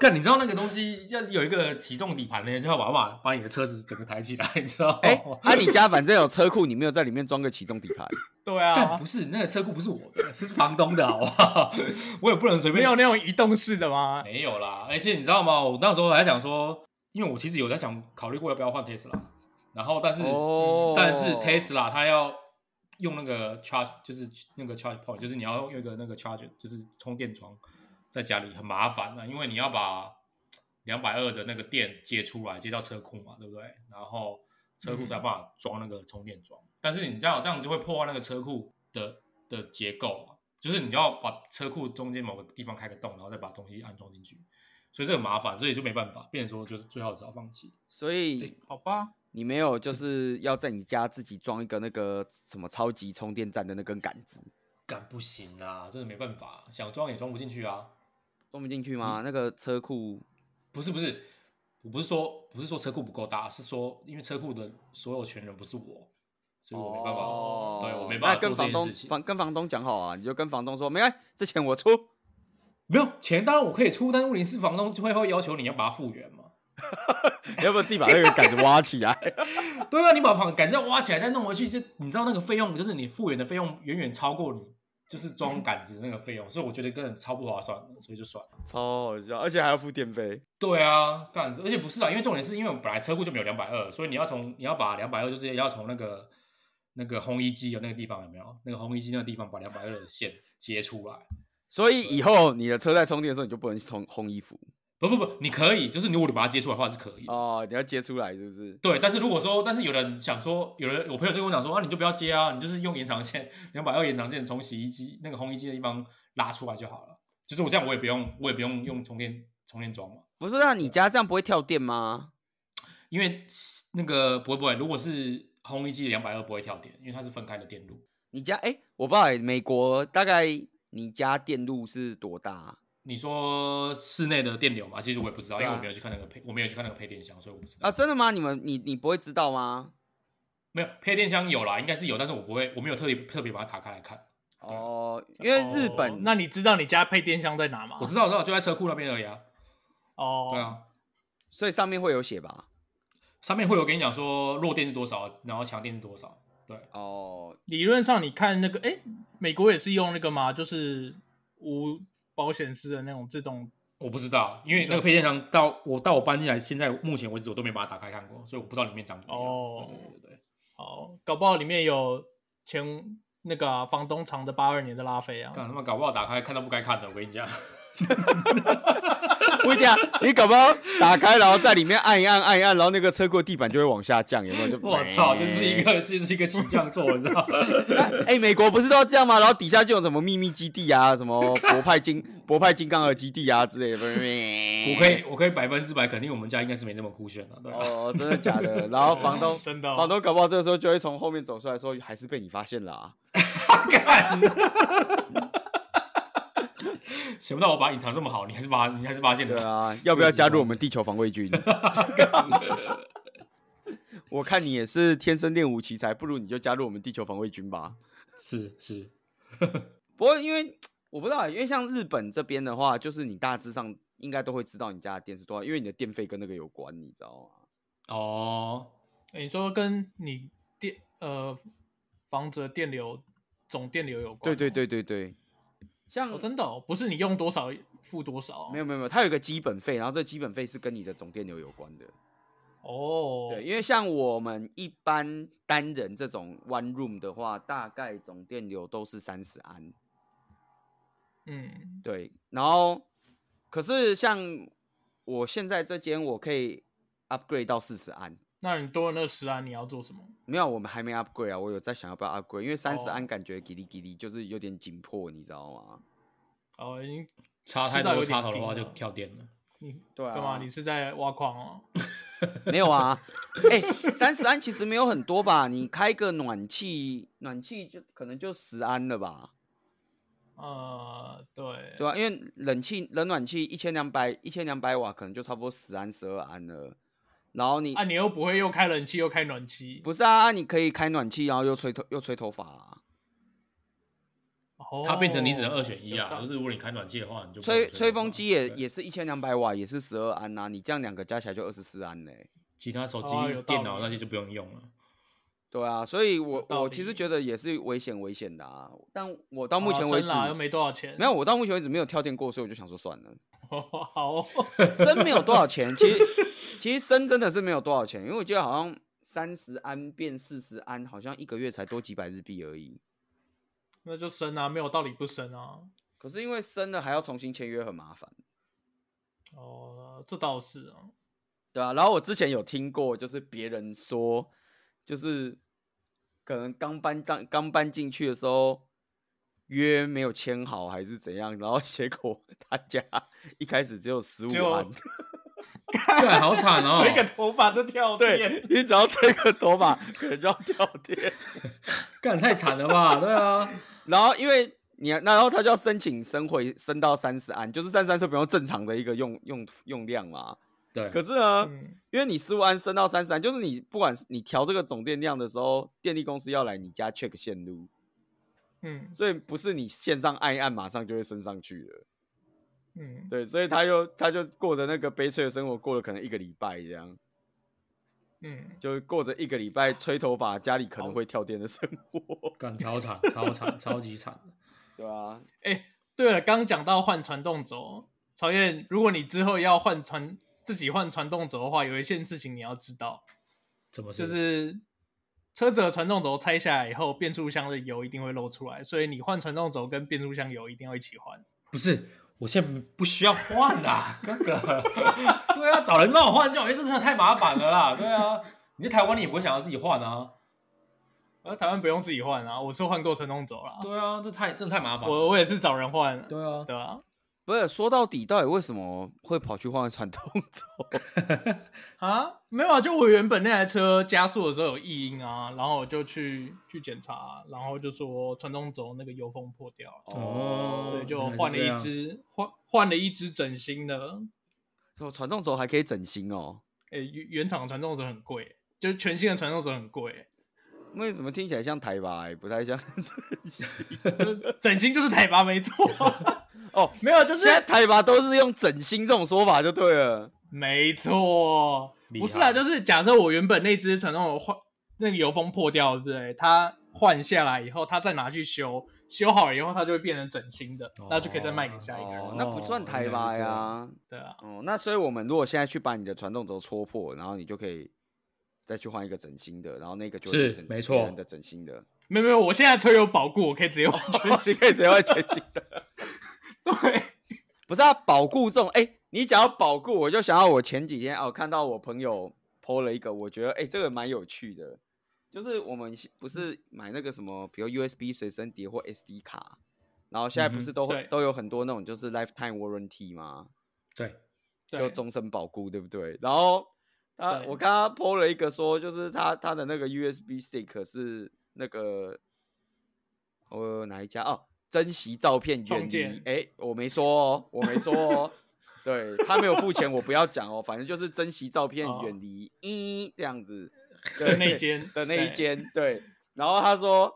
[SPEAKER 3] 干，你知道那个东西要有一个起重底盘呢，就要把把把你的车子整个抬起来，你知道吗？
[SPEAKER 2] 哎、啊，你家反正有车库，你没有在里面装个起重底盘，
[SPEAKER 1] 对
[SPEAKER 3] 干
[SPEAKER 1] 啊
[SPEAKER 3] 不，是那个车库不是我的，是房东的好不好？ 我也不能随
[SPEAKER 1] 没
[SPEAKER 3] 便
[SPEAKER 1] 有那种移动式的吗？
[SPEAKER 3] 没有啦，而且你知道吗？我那时候还想说，因为我其实有在想考虑过要不要换 Tesla，然后但是、
[SPEAKER 2] 哦
[SPEAKER 3] 但是 Tesla 它要用那个 charge，就是那个 charge point，就是你要用一个那个 charge，就是充电桩，在家里很麻烦啊的、因为你要把两百二的那个电接出来，接到车库嘛，对不对？然后车库才有办法装那个充电桩，但是你知道这样就会破坏那个车库的的结构嘛，就是你要把车库中间某个地方开个洞，然后再把东西安装进去。所以这很麻烦，所以就没办法，变成说就是最好只好放弃。
[SPEAKER 2] 所以
[SPEAKER 1] 哎好吧，
[SPEAKER 2] 你没有就是要在你家自己装一个那个什么超级充电站的那根杆子，
[SPEAKER 3] 干不行啊，真的没办法，想装也装不进去啊。
[SPEAKER 2] 装不进去
[SPEAKER 3] 嗯
[SPEAKER 2] 吗？那个车库
[SPEAKER 3] 不是不是，我不是说不是说车库不够大，是说因为车库的所有权人不是我，所以我没办法，
[SPEAKER 2] 哦
[SPEAKER 3] 对我没办法
[SPEAKER 2] 那跟
[SPEAKER 3] 做这
[SPEAKER 2] 房
[SPEAKER 3] 件
[SPEAKER 2] 东
[SPEAKER 3] 事情
[SPEAKER 2] 房跟房东讲好啊，你就跟房东说，没关系，这钱我出。
[SPEAKER 3] 没有钱，当然我可以出，但是问题是房东就会会要求你要把它复原嘛。
[SPEAKER 2] 你要不要自己把那个杆子挖起来？
[SPEAKER 3] 对啊，你把房赶再挖起来再弄回去，就你知道那个费用，就是你复原的费用远远超过你就是装杆子那个费用，所以我觉得根本超不划算的，所以就算了。
[SPEAKER 2] 超好笑，而且还要付电费。
[SPEAKER 3] 对啊，干，而且不是啊，因为重点是因为我本来车库就没有两百二，所以你要从你要把两百二就是要从那个那个烘衣机的那个地方有没有？那个烘衣机那个地方把两百二的线接出来。
[SPEAKER 2] 所以以后你的车在充电的时候，你就不能冲烘衣服
[SPEAKER 3] 不不不，你可以，就是如果你把它接出来的话是可以。
[SPEAKER 2] 哦，你要接出来是不是？
[SPEAKER 3] 对，但是如果说，但是有人想说，有人我朋友就跟我讲说啊，你就不要接啊，你就是用延长线两百二延长线从洗衣机那个烘衣机的地方拉出来就好了。就是我这样，我也不用，我也不用用充电充电桩嘛。
[SPEAKER 2] 不是啊，你家这样不会跳电吗？
[SPEAKER 3] 因为那个不会不会，如果是烘衣机两百二不会跳电，因为它是分开的电路。
[SPEAKER 2] 你家哎、我不知道、欸，美国大概你家电路是多大啊、
[SPEAKER 3] 你说室内的电流嘛？其实我也不知道，
[SPEAKER 2] 对
[SPEAKER 3] 因
[SPEAKER 2] 啊
[SPEAKER 3] 为我没有去看那个配，我没有去看那个配电箱，所以我不知道。
[SPEAKER 2] 啊？真的吗？你们你你不会知道吗？
[SPEAKER 3] 没有配电箱有啦，应该是有，但是我不会，我没有特别特别把它打开来看。
[SPEAKER 2] 哦，因为日本、
[SPEAKER 1] 哦那你知道你家配电箱在哪吗？
[SPEAKER 2] 啊
[SPEAKER 3] 我知道，我知道，就在车库那边而已啊。
[SPEAKER 1] 哦，
[SPEAKER 3] 对啊，
[SPEAKER 2] 所以上面会有写吧？
[SPEAKER 3] 上面会有跟你讲说弱电是多少，然后强电是多少。对，
[SPEAKER 2] 哦，
[SPEAKER 1] 理论上你看那个，哎、美国也是用那个吗？就是无保险丝的那种自动。
[SPEAKER 3] 我不知道，因为那个配电箱到我到我搬进来，现在目前为止我都没把它打开看过，所以我不知道里面长怎么样。
[SPEAKER 1] 哦
[SPEAKER 3] 对对对对，
[SPEAKER 1] 哦，搞不好里面有前那个啊、房东藏的八二年的拉菲啊。
[SPEAKER 3] 干他妈搞不好打开看到不该看的，我跟你讲。
[SPEAKER 2] 不一定啊，你搞不好打开然后在里面按一按按一按，然后那个车库的地板就会往下降，有没有？就
[SPEAKER 3] 我操，就是一个 就是一个起降座，你知道吗？
[SPEAKER 2] 哎、美国不是都要这样吗？然后底下就有什么秘密基地啊，什 么博派金博派金刚的基地啊之类的。
[SPEAKER 3] 我可以我可以百分之百肯定，我们家应该是没那么酷炫的，对吧？
[SPEAKER 2] 哦，真的假的？然后房东
[SPEAKER 1] 真的哦
[SPEAKER 2] 房东搞不好这个时候就会从后面走出来说，还是被你发现了啊。
[SPEAKER 3] 干，想不到我把它隐藏这么好，你还是发你还是发现
[SPEAKER 2] 对
[SPEAKER 3] 了。
[SPEAKER 2] 啊，要不要加入我们地球防卫军？我看你也是天生练武奇才，不如你就加入我们地球防卫军吧。
[SPEAKER 3] 是是，
[SPEAKER 2] 不过因为我不知道，因为像日本这边的话，就是你大致上应该都会知道你家的电是多少，因为你的电费跟那个有关，你知道吗？
[SPEAKER 3] 哦，
[SPEAKER 1] 你说跟你电呃房子的电流总电流有关？
[SPEAKER 2] 对对对对对，像、
[SPEAKER 1] 哦，真的、哦、不是你用多少付多少、
[SPEAKER 2] 嗯
[SPEAKER 1] 哦
[SPEAKER 2] 没有没有没有，它有一个基本费，然后这基本费是跟你的总电流有关的。
[SPEAKER 1] 哦，
[SPEAKER 2] 对，，因为像我们一般单人这种 one room 的话，大概总电流都是三十安。
[SPEAKER 1] 嗯，
[SPEAKER 2] 对，然后可是像我现在这间我可以 upgrade 到四十安，
[SPEAKER 1] 那你多了那十啊安，你要做什么？
[SPEAKER 2] 没有，我们还没 upgrade 啊，我有在想要不要 upgrade，因为三十
[SPEAKER 1] 哦
[SPEAKER 2] 安感觉吉利吉利就是有点紧迫，你知道吗？
[SPEAKER 1] 哦，你
[SPEAKER 3] 插太
[SPEAKER 1] 吃到
[SPEAKER 3] 多
[SPEAKER 1] 有点
[SPEAKER 3] 插头的话
[SPEAKER 1] 硬
[SPEAKER 3] 就
[SPEAKER 1] 了
[SPEAKER 3] 跳电了。
[SPEAKER 1] 你
[SPEAKER 2] 对啊
[SPEAKER 1] 干嘛？你是在挖矿哦？
[SPEAKER 2] 没有啊，哎、三十安其实没有很多吧？你开个暖气，暖气就可能就十安了吧？
[SPEAKER 1] 呃，对，
[SPEAKER 2] 对啊，因为冷气冷暖气一千两百一千两百瓦，可能就差不多十安十二安了。然后你、
[SPEAKER 1] 啊，你又不会又开冷气又开暖气，
[SPEAKER 2] 不是啊？你可以开暖气，然后又吹头又吹头发、啊，
[SPEAKER 1] 哦
[SPEAKER 3] 它变成你只能二选一
[SPEAKER 1] 有道
[SPEAKER 3] 啊，
[SPEAKER 1] 理
[SPEAKER 3] 就是如果你开暖气的话，你就不能
[SPEAKER 2] 吹吹风机也
[SPEAKER 3] 对
[SPEAKER 2] 也是一千两百瓦，也是十二安呐、啊。你这样两个加起来就二十四安嘞、
[SPEAKER 3] 其他手
[SPEAKER 1] 哦有道
[SPEAKER 3] 机、电脑
[SPEAKER 1] 理
[SPEAKER 3] 那些就不用用了。
[SPEAKER 2] 对啊，所以我
[SPEAKER 1] 道
[SPEAKER 2] 我其实
[SPEAKER 1] 理
[SPEAKER 2] 觉得也是危险危险的啊。但我到目前为止、
[SPEAKER 1] 好啊生啦又没多少钱，
[SPEAKER 2] 没有，我到目前为止没有跳电过，所以我就想说算了。
[SPEAKER 1] 好 哦，
[SPEAKER 2] 升没有多少钱，其实 其实升真的是没有多少钱，因为我记得好像三十安变四十安，好像一个月才多几百日币而已。
[SPEAKER 1] 那就升啊，没有道理不升啊。
[SPEAKER 2] 可是因为升了还要重新签约，很麻烦。
[SPEAKER 1] 哦，这倒是啊，
[SPEAKER 2] 对啊，然后我之前有听过，就是别人说，就是可能刚搬刚刚搬进去的时候约没有签好还是怎样，然后结果他家一开始只有十五
[SPEAKER 1] 就
[SPEAKER 2] 安，
[SPEAKER 3] 对，好惨哦！
[SPEAKER 1] 吹个头发就跳
[SPEAKER 2] 对
[SPEAKER 1] 电，
[SPEAKER 2] 你只要吹个头发可能就要跳电，
[SPEAKER 3] 干太惨了吧？对啊，
[SPEAKER 2] 然后因为你然后他就要申请升回升到三十安，就是三十安是比较正常的一个用用用量嘛。
[SPEAKER 3] 对，
[SPEAKER 2] 可是呢，
[SPEAKER 1] 嗯，
[SPEAKER 2] 因为你十五安升到三十安，就是你不管是你调这个总电量的时候，电力公司要来你家 check 线路，
[SPEAKER 1] 嗯
[SPEAKER 2] 所以不是你线上按一按马上就会升上去的。
[SPEAKER 1] 嗯，
[SPEAKER 2] 对，所以他又他就过着那个悲催的生活，过了可能一个礼拜这样，
[SPEAKER 1] 嗯，
[SPEAKER 2] 就过着一个礼拜吹头发，家里可能会跳电的生活。
[SPEAKER 3] 干超惨，超惨，超级惨。
[SPEAKER 2] 对啊，
[SPEAKER 1] 对了，刚讲到换传动轴，曹燕，如果你之后要换传自己换传动轴的话，有一件事情你要知道，
[SPEAKER 3] 怎么
[SPEAKER 1] 就是车子的传动轴拆下来以后，变速箱的油一定会漏出来，所以你换传动轴跟变速箱油一定要一起换。
[SPEAKER 3] 不是？我现在不需要换啦， 哥哥。对啊，找人帮我换就好，因为这真的太麻烦了啦。对啊，你在台湾你也不会想要自己换啊。
[SPEAKER 1] 而台湾不用自己换啊，我是换过传动轴啦，
[SPEAKER 3] 对啊，这太真的太麻烦了。
[SPEAKER 1] 我我也是找人换，
[SPEAKER 3] 对啊，
[SPEAKER 1] 对啊，
[SPEAKER 2] 不是说到底，到底为什么会跑去换传动轴？
[SPEAKER 1] 啊，没有啊，就我原本那台车加速的时候有异音啊，然后我就去去检查，啊然后就说传动轴那个油封破掉了，
[SPEAKER 3] 哦
[SPEAKER 1] 所以就
[SPEAKER 3] 原来是
[SPEAKER 1] 换了
[SPEAKER 3] 这
[SPEAKER 1] 一
[SPEAKER 3] 样
[SPEAKER 1] 只换换了一只整新的，
[SPEAKER 2] 什么传动轴还可以整形哦？
[SPEAKER 1] 诶、原原厂传动轴很贵，就是全新的传动轴很贵，
[SPEAKER 2] 为什么听起来像台白，不 太像
[SPEAKER 1] 就是整新就是台拔没错，
[SPEAKER 2] 哦？
[SPEAKER 1] 没有就是
[SPEAKER 2] 现在台吧都是用整形这种说法就对了。
[SPEAKER 1] 没错，
[SPEAKER 3] 厉
[SPEAKER 1] 不是啊，
[SPEAKER 3] 害
[SPEAKER 1] 就是假设我原本那只传动轴换那个油封破掉，对不对？它换下来以后，它再拿去修，修好了以后，它就会变成整新的
[SPEAKER 3] 哦，
[SPEAKER 1] 那就可以再卖给下一个人。
[SPEAKER 2] 哦，那不算台吧
[SPEAKER 3] 原来是这
[SPEAKER 2] 呀
[SPEAKER 3] 样。
[SPEAKER 1] 对啊，
[SPEAKER 2] 哦，那所以我们如果现在去把你的传动轴戳破，然后你就可以再去换一个整新的，然后那个就是变成
[SPEAKER 3] 没
[SPEAKER 2] 别
[SPEAKER 3] 错
[SPEAKER 2] 人的整新的， 哦
[SPEAKER 1] 没有没有，我现在车有保固，我可以直接换全
[SPEAKER 2] 你
[SPEAKER 1] 新。
[SPEAKER 2] 可以直接换全新的。
[SPEAKER 1] 对，
[SPEAKER 2] 不是啊，保固这种，哎、你讲到保固，我就想到我前几天哦，看到我朋友 PO 了一个，我觉得哎、这个蛮有趣的，就是我们是不是买那个什么，比如 USB 随身碟或 SD 卡，然后现在不是都会、
[SPEAKER 1] 对
[SPEAKER 2] 都有很多那种就是 lifetime warranty 吗？
[SPEAKER 3] 对，
[SPEAKER 2] 就
[SPEAKER 1] 对
[SPEAKER 2] 终身保固，对不对？然后他
[SPEAKER 1] 对
[SPEAKER 2] 我刚刚 PO 了一个说，就是他他的那个 USB stick 是那个呃哪一家哦？珍惜照片
[SPEAKER 1] 创
[SPEAKER 2] 原
[SPEAKER 1] 建
[SPEAKER 2] 理，哎，我没说哦，我没说哦， 对他没有付钱，我不要讲哦，反正就是珍惜照片
[SPEAKER 1] 哦
[SPEAKER 2] 远离一这 样子，
[SPEAKER 1] 的
[SPEAKER 2] 对
[SPEAKER 1] 那间
[SPEAKER 2] 的那
[SPEAKER 1] 对
[SPEAKER 2] 一间，对，然后他说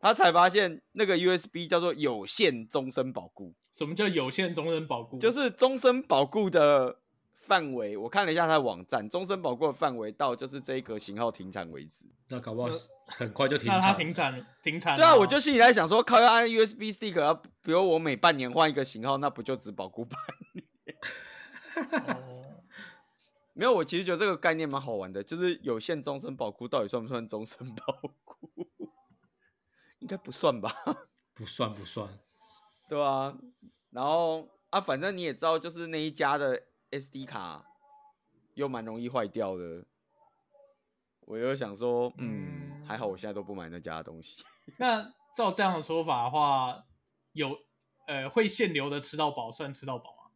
[SPEAKER 2] 他才发现那个 USB 叫做有限终身保固，
[SPEAKER 1] 什么叫有限终身保固？
[SPEAKER 2] 就是终身保固的范围，我看了一下它的网站，终身保固的范围到就是这一个型号停产为止。
[SPEAKER 3] 那搞不好很快就停
[SPEAKER 1] 那它
[SPEAKER 3] 产。
[SPEAKER 1] 停产停产了。
[SPEAKER 2] 对啊，我就心里在想说，靠，要按 USB stick，啊比如我每半年换一个型号，那不就只保固半？
[SPEAKER 1] 哦
[SPEAKER 2] 没有，我其实觉得这个概念蛮好玩的，就是有限终身保固到底算不算终身保固？ 应该不算吧？
[SPEAKER 3] 不算不算，
[SPEAKER 2] 对啊，然后啊，反正你也知道，就是那一家的 SD 卡又蛮容易坏掉的，我又想说，嗯，还好我现在都不买那家的东西。
[SPEAKER 1] 那照这样的说法的话，有呃会限流的吃到饱算吃到饱吗？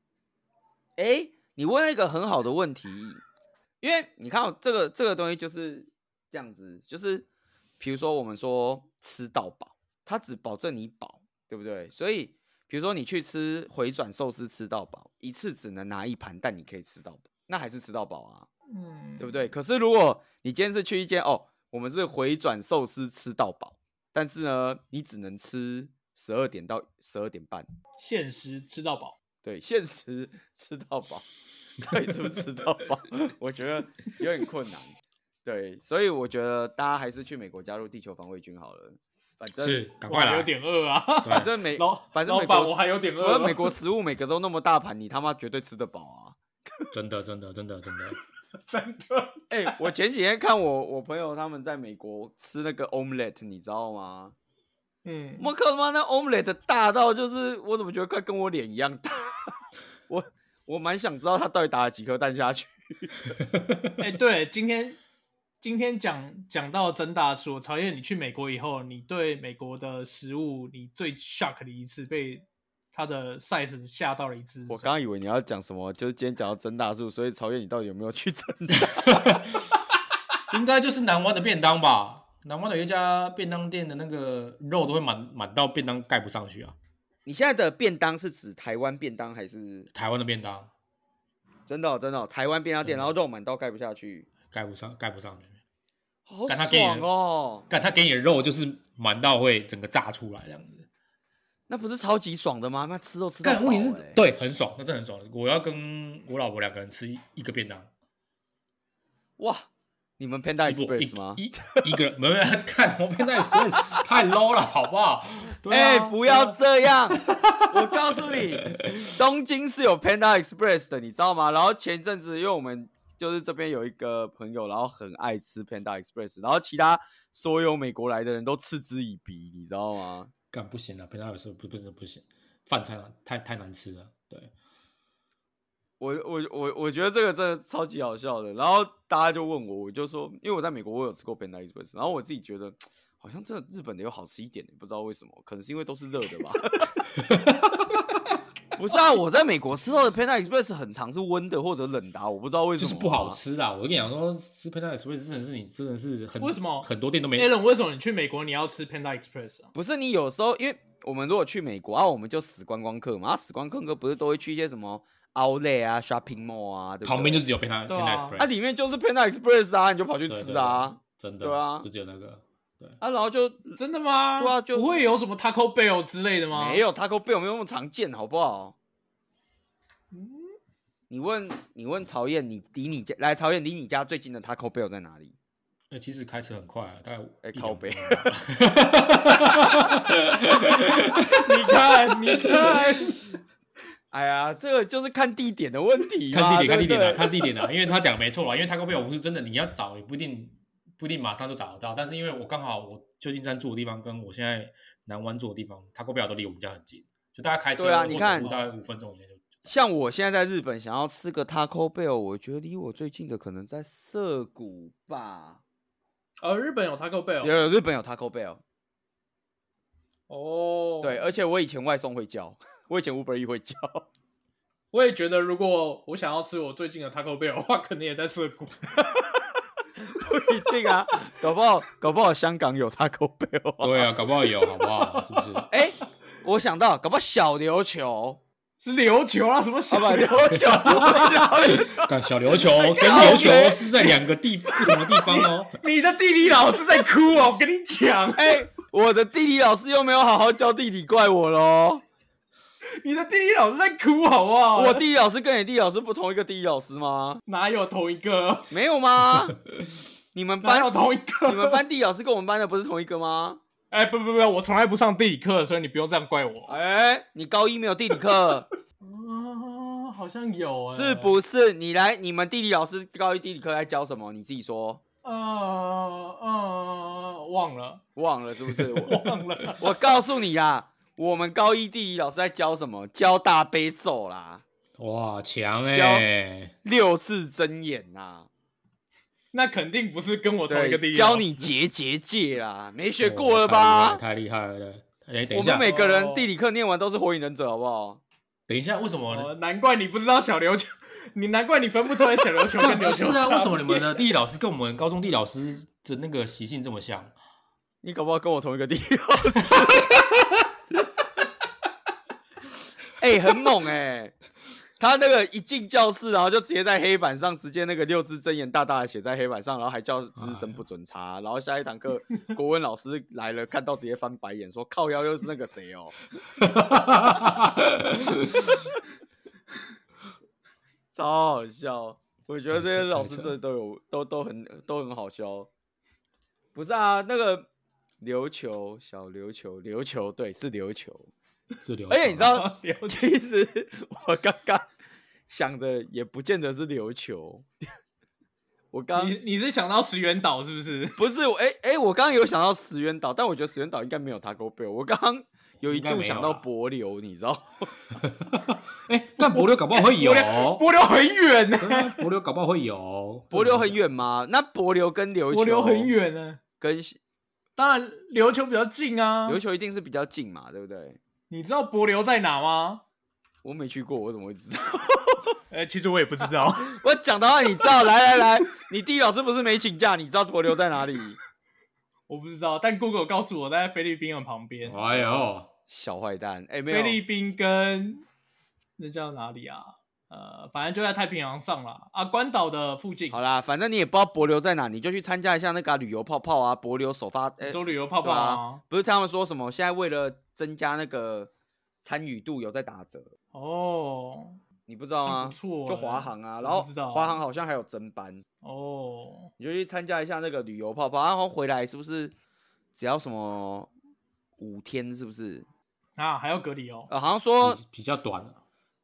[SPEAKER 2] 哎、你问了一个很好的问题，因为你看哦这个这个东西就是这样子，就是比如说我们说吃到饱，它只保证你饱，对不对？所以比如说你去吃回转寿司吃到饱，一次只能拿一盘，但你可以吃到饱，那还是吃到饱啊，
[SPEAKER 1] 嗯，
[SPEAKER 2] 对不对？可是如果你今天是去一间哦，我们是回转寿司吃到饱，但是呢，你只能吃十二点到十二点半，
[SPEAKER 1] 限时吃到饱，
[SPEAKER 2] 对，限时吃到饱，到底吃不吃到饱？ 我觉得有点困难。对，所以我觉得大家还是去美国加入地球防卫军好了。反正
[SPEAKER 3] 是赶
[SPEAKER 1] 我
[SPEAKER 3] 快
[SPEAKER 1] 还有
[SPEAKER 3] 来，
[SPEAKER 1] 点饿啊。
[SPEAKER 2] 反
[SPEAKER 3] 对
[SPEAKER 2] 正美
[SPEAKER 1] 老
[SPEAKER 2] 反正
[SPEAKER 1] 老
[SPEAKER 2] 美
[SPEAKER 1] 板
[SPEAKER 2] 国
[SPEAKER 1] 我还
[SPEAKER 2] 食
[SPEAKER 1] 有点饿
[SPEAKER 2] 反正
[SPEAKER 1] 了
[SPEAKER 2] 美国食物每个都那么大盘，你他妈绝对吃得饱啊！
[SPEAKER 3] 真的真的真的真的，
[SPEAKER 1] 真的，
[SPEAKER 2] 哎、我前几天看我我朋友他们在美国吃那个 omelette，你知道吗？
[SPEAKER 1] 嗯，
[SPEAKER 2] 我靠他妈，那 omelette 大到就是我怎么觉得快跟我脸一样大？ 我我蛮想知道他到底打了几颗蛋下去。
[SPEAKER 1] 哎、对，今天今天讲讲到曾大叔，曹燕，你去美国以后，你对美国的食物，你最 shock 的一次被它的 size 吓到了一次是什么，
[SPEAKER 2] 我刚刚以为你要讲什么，就是今天讲到增大数，所以曹燕，你到底有没有去增大？
[SPEAKER 3] 应该就是南湾的便当吧？南湾有一家便当店的那个肉都会满满到便当盖不上去啊，
[SPEAKER 2] 你现在的便当是指台湾便当还是
[SPEAKER 3] 台湾的便当
[SPEAKER 2] 真的哦、真的哦、台湾便当店，然后肉满到盖不下去，
[SPEAKER 3] 盖不上盖不上去，
[SPEAKER 2] 好
[SPEAKER 3] 干他给你
[SPEAKER 2] 爽哦！
[SPEAKER 3] 但他给你的肉就是满到会整个炸出来这样子。
[SPEAKER 2] 那不是超级爽的吗？那吃肉吃到
[SPEAKER 3] 但
[SPEAKER 2] 饱、欸，
[SPEAKER 3] 问题是，对，很爽，那真的很爽。我要跟我老婆两个人吃一一个便当，
[SPEAKER 2] 哇，你们 Panda
[SPEAKER 3] 吃过一
[SPEAKER 2] Express 吗？
[SPEAKER 3] 一一个人， 没有没有看我便当 Express 太 low 了，好不好？对
[SPEAKER 2] 哎、
[SPEAKER 3] 啊
[SPEAKER 2] 不要这样！ 我告诉你，东京是有 Panda Express 的，你知道吗？然后前一阵子，因为我们就是这边有一个朋友，然后很爱吃 Panda Express，然后其他所有美国来的人都嗤之以鼻，你知道吗？
[SPEAKER 3] 干不行了，便当 Express 不不不不行，饭菜太太难吃了，对。
[SPEAKER 2] 我我我我觉得这个真的超级好笑的。然后大家就问我，我就说，因为我在美国我有吃过 Panda Express，然后我自己觉得好像这日本的又好吃一点，不知道为什么，可能是因为都是热的吧。 不是啊，我在美国吃到的 Panda Express 很常是温的或者冷的啊、我不知道为什
[SPEAKER 3] 就
[SPEAKER 2] 么、
[SPEAKER 3] 是不好。吃啦！我跟你讲说，吃 Panda Express 真的是你真的是很
[SPEAKER 1] 为什么
[SPEAKER 3] 很多店都没
[SPEAKER 1] a l a n 为什么你去美国你要吃 Panda Express 啊？
[SPEAKER 2] 不是你有时候，因为我们如果去美国啊，我们就死观光客嘛，啊、死观光客不是都会去一些什么 Outlet 啊、Shopping Mall 啊，对不对
[SPEAKER 3] 旁边就只有 Panda
[SPEAKER 1] 对啊
[SPEAKER 3] Panda Express，
[SPEAKER 2] 啊，里面就是 Panda Express 啊，你就跑去
[SPEAKER 3] 对对
[SPEAKER 2] 吃啊，
[SPEAKER 3] 对真的
[SPEAKER 2] 对啊
[SPEAKER 3] 就只有那个
[SPEAKER 2] 啊，然后就
[SPEAKER 1] 真的吗？
[SPEAKER 2] 对啊就
[SPEAKER 1] 不会有什么 Taco Bell 之类的吗？
[SPEAKER 2] 没有 Taco Bell 没有那么常见，好不好？你问你问曹燕，你离你家来曹燕离你家最近的 Taco Bell 在哪里？
[SPEAKER 3] 哎、其实开车很快啊，大概
[SPEAKER 2] 哎
[SPEAKER 3] 一
[SPEAKER 2] 靠
[SPEAKER 3] 两
[SPEAKER 2] 北
[SPEAKER 3] 分钟吧
[SPEAKER 1] 你 看，你看，
[SPEAKER 2] 哎呀，这个就是看地点的问题
[SPEAKER 3] 看
[SPEAKER 2] 嘛，
[SPEAKER 3] 地点，看
[SPEAKER 2] 对
[SPEAKER 3] 地
[SPEAKER 2] 不对
[SPEAKER 3] 点啊，看地点啊，因为他讲没错啊，因为 Taco Bell 我是真的，你要找也不一定不一定马上就找得到，但是因为我刚好我旧金山住的地方跟我现在南湾住的地方，Taco Bell 都离我们家很近，就大家开车
[SPEAKER 2] 对啊
[SPEAKER 3] 或
[SPEAKER 2] 你
[SPEAKER 3] 走
[SPEAKER 2] 看
[SPEAKER 3] 路大概五分钟以内就。
[SPEAKER 2] 像我现在在日本，想要吃个 Taco Bell，我觉得离我最近的可能在涩谷吧。
[SPEAKER 1] 呃，日本有 Taco
[SPEAKER 2] 有
[SPEAKER 1] Bell
[SPEAKER 2] 有日本有 Taco Bell，
[SPEAKER 1] 哦，
[SPEAKER 2] 对，呃而且我以前外送会叫， 我以前 Uber E 会叫。
[SPEAKER 1] 我也觉得，如果我想要吃我最近的 Taco Bell 的话，可能也在涩谷。
[SPEAKER 2] 不一定啊，搞不好搞不好香港有 Taco Bell 啊。
[SPEAKER 3] 对啊，搞不好有，好不好？是不 是？
[SPEAKER 2] 哎、我想到，搞不好小琉球
[SPEAKER 1] 是琉球啊，什么小
[SPEAKER 2] 啊，不，
[SPEAKER 1] 琉
[SPEAKER 2] 琉球，
[SPEAKER 3] 干小琉球跟
[SPEAKER 2] 靠
[SPEAKER 3] 琉
[SPEAKER 2] 北
[SPEAKER 3] 球是在两个地不同的地方哦。
[SPEAKER 1] 你的地理老师在哭哦，我跟你讲，
[SPEAKER 2] 哎、我的地理老师又没有好好教地理，怪我喽。
[SPEAKER 1] 你的地理老师在哭好不好？
[SPEAKER 2] 我地理老师跟你地理老师不同一个地理老师吗？
[SPEAKER 1] 哪有同一个？
[SPEAKER 2] 没有吗？你们
[SPEAKER 1] 哪有
[SPEAKER 2] 班
[SPEAKER 1] 同一个？
[SPEAKER 2] 你们班地理老师跟我们班的不是同一个吗？
[SPEAKER 1] 哎、不不不，我从来不上地理课，所以你不用这样怪我。
[SPEAKER 2] 哎、你高一没有地 理课
[SPEAKER 1] 啊，好像有、哎
[SPEAKER 2] 是？不是？你来，你们地理老师高一地理课在教什么？你自己说，
[SPEAKER 1] 呃呃，忘了
[SPEAKER 2] 忘了是不是？我
[SPEAKER 1] 忘了。
[SPEAKER 2] 我告诉你啦，我们高一地理老师在教什么？教大悲咒啦。
[SPEAKER 4] 哇，强
[SPEAKER 2] 交
[SPEAKER 4] 哎！
[SPEAKER 2] 六字真言呐、
[SPEAKER 1] 那肯定不是跟我同一个地
[SPEAKER 2] 对，
[SPEAKER 1] 理
[SPEAKER 2] 教
[SPEAKER 1] 老
[SPEAKER 2] 你
[SPEAKER 1] 师
[SPEAKER 2] 结结 界啦，没学
[SPEAKER 4] 哦
[SPEAKER 2] 过了吧？
[SPEAKER 4] 太厉害了！哎，等
[SPEAKER 2] 我
[SPEAKER 4] 一
[SPEAKER 2] 们
[SPEAKER 4] 下，
[SPEAKER 2] 每个人
[SPEAKER 1] 哦
[SPEAKER 2] 地理课念完都是火影忍者，好不好？
[SPEAKER 3] 等一下，为什么？
[SPEAKER 1] 哦，难怪你不知道小琉球，你难怪你分不出来小琉球 跟
[SPEAKER 3] 不
[SPEAKER 1] 琉
[SPEAKER 3] 是
[SPEAKER 1] 球。
[SPEAKER 3] 啊，为什么你们的地理老师跟我们高中地理老师的那个习性这么像？
[SPEAKER 2] 你搞不好跟我同一个地理老师。哎、很猛哎、他那个一进教室，然后就直接在黑板上直接那个六字真言大大的写在黑板上，然后还叫资深不准查。然后下一堂课国文老师来了，看到直接翻白眼说：“靠腰又是那个谁哦。”超好笑。我觉得这些老师真的都有都都很都很好笑。不是啊，那个琉球小琉球琉球对是琉球，
[SPEAKER 4] 是流
[SPEAKER 2] 而哎且 你知道，
[SPEAKER 1] 琉球
[SPEAKER 2] 其实我刚刚想的也不见得是琉球， 我刚
[SPEAKER 1] 你你是想到石原岛是不是？
[SPEAKER 2] 不是我哎哎、我刚刚有想到石原岛，但我觉得石原岛应该没有塔沟贝尔，我刚刚有一
[SPEAKER 4] 应该
[SPEAKER 2] 度
[SPEAKER 4] 没
[SPEAKER 2] 想
[SPEAKER 4] 有
[SPEAKER 2] 到
[SPEAKER 4] 啦
[SPEAKER 2] 帛琉，你知道？
[SPEAKER 4] 哎，但柏流搞不好会有
[SPEAKER 1] 帛，琉帛琉很 远呢、
[SPEAKER 4] 对啊柏流搞不好会有，
[SPEAKER 2] 帛琉很远吗？那帛琉跟琉球
[SPEAKER 1] 帛琉很，远呢、
[SPEAKER 2] 跟
[SPEAKER 1] 当然琉球比较近啊。
[SPEAKER 2] 琉球一定是比较近嘛，对不对？
[SPEAKER 1] 你知道帛琉在哪吗？
[SPEAKER 2] 我没去过，我怎么会知道？
[SPEAKER 1] 呃，其实我也不知道。
[SPEAKER 2] 我讲的话你知道，来来来，你地理老师不是没请假？你知道柏流在哪里？
[SPEAKER 1] 我不知道，但 Google 告诉我在菲律宾的旁边，
[SPEAKER 4] 哎呦，
[SPEAKER 2] 小坏蛋，哎、没
[SPEAKER 1] 菲律
[SPEAKER 2] 有，
[SPEAKER 1] 宾跟那叫哪里啊？呃，反正就在太平洋上啦，啊，关岛的附近，
[SPEAKER 2] 好啦，反正你也不知道柏流在哪，你就去参加一下那个啊、旅游泡泡啊，柏流首发，哎、
[SPEAKER 1] 州旅游泡
[SPEAKER 2] 对
[SPEAKER 1] 泡
[SPEAKER 2] 啊。，不是他们说什么？现在为了增加那个参与度，有在打折，
[SPEAKER 1] 哦
[SPEAKER 2] 你不知道
[SPEAKER 1] 像
[SPEAKER 2] 吗？
[SPEAKER 1] 不错
[SPEAKER 2] 就
[SPEAKER 1] 欸
[SPEAKER 2] 华航啊，
[SPEAKER 1] 我
[SPEAKER 2] 然后
[SPEAKER 1] 不知道
[SPEAKER 2] 华航好像还有增班，
[SPEAKER 1] 哦，
[SPEAKER 2] 你就去参加一下那个旅游泡泡，然后回来是不是只要什么五天？是不是？
[SPEAKER 1] 啊，还要隔离哦。
[SPEAKER 2] 呃，好像说
[SPEAKER 4] 比比较短，啊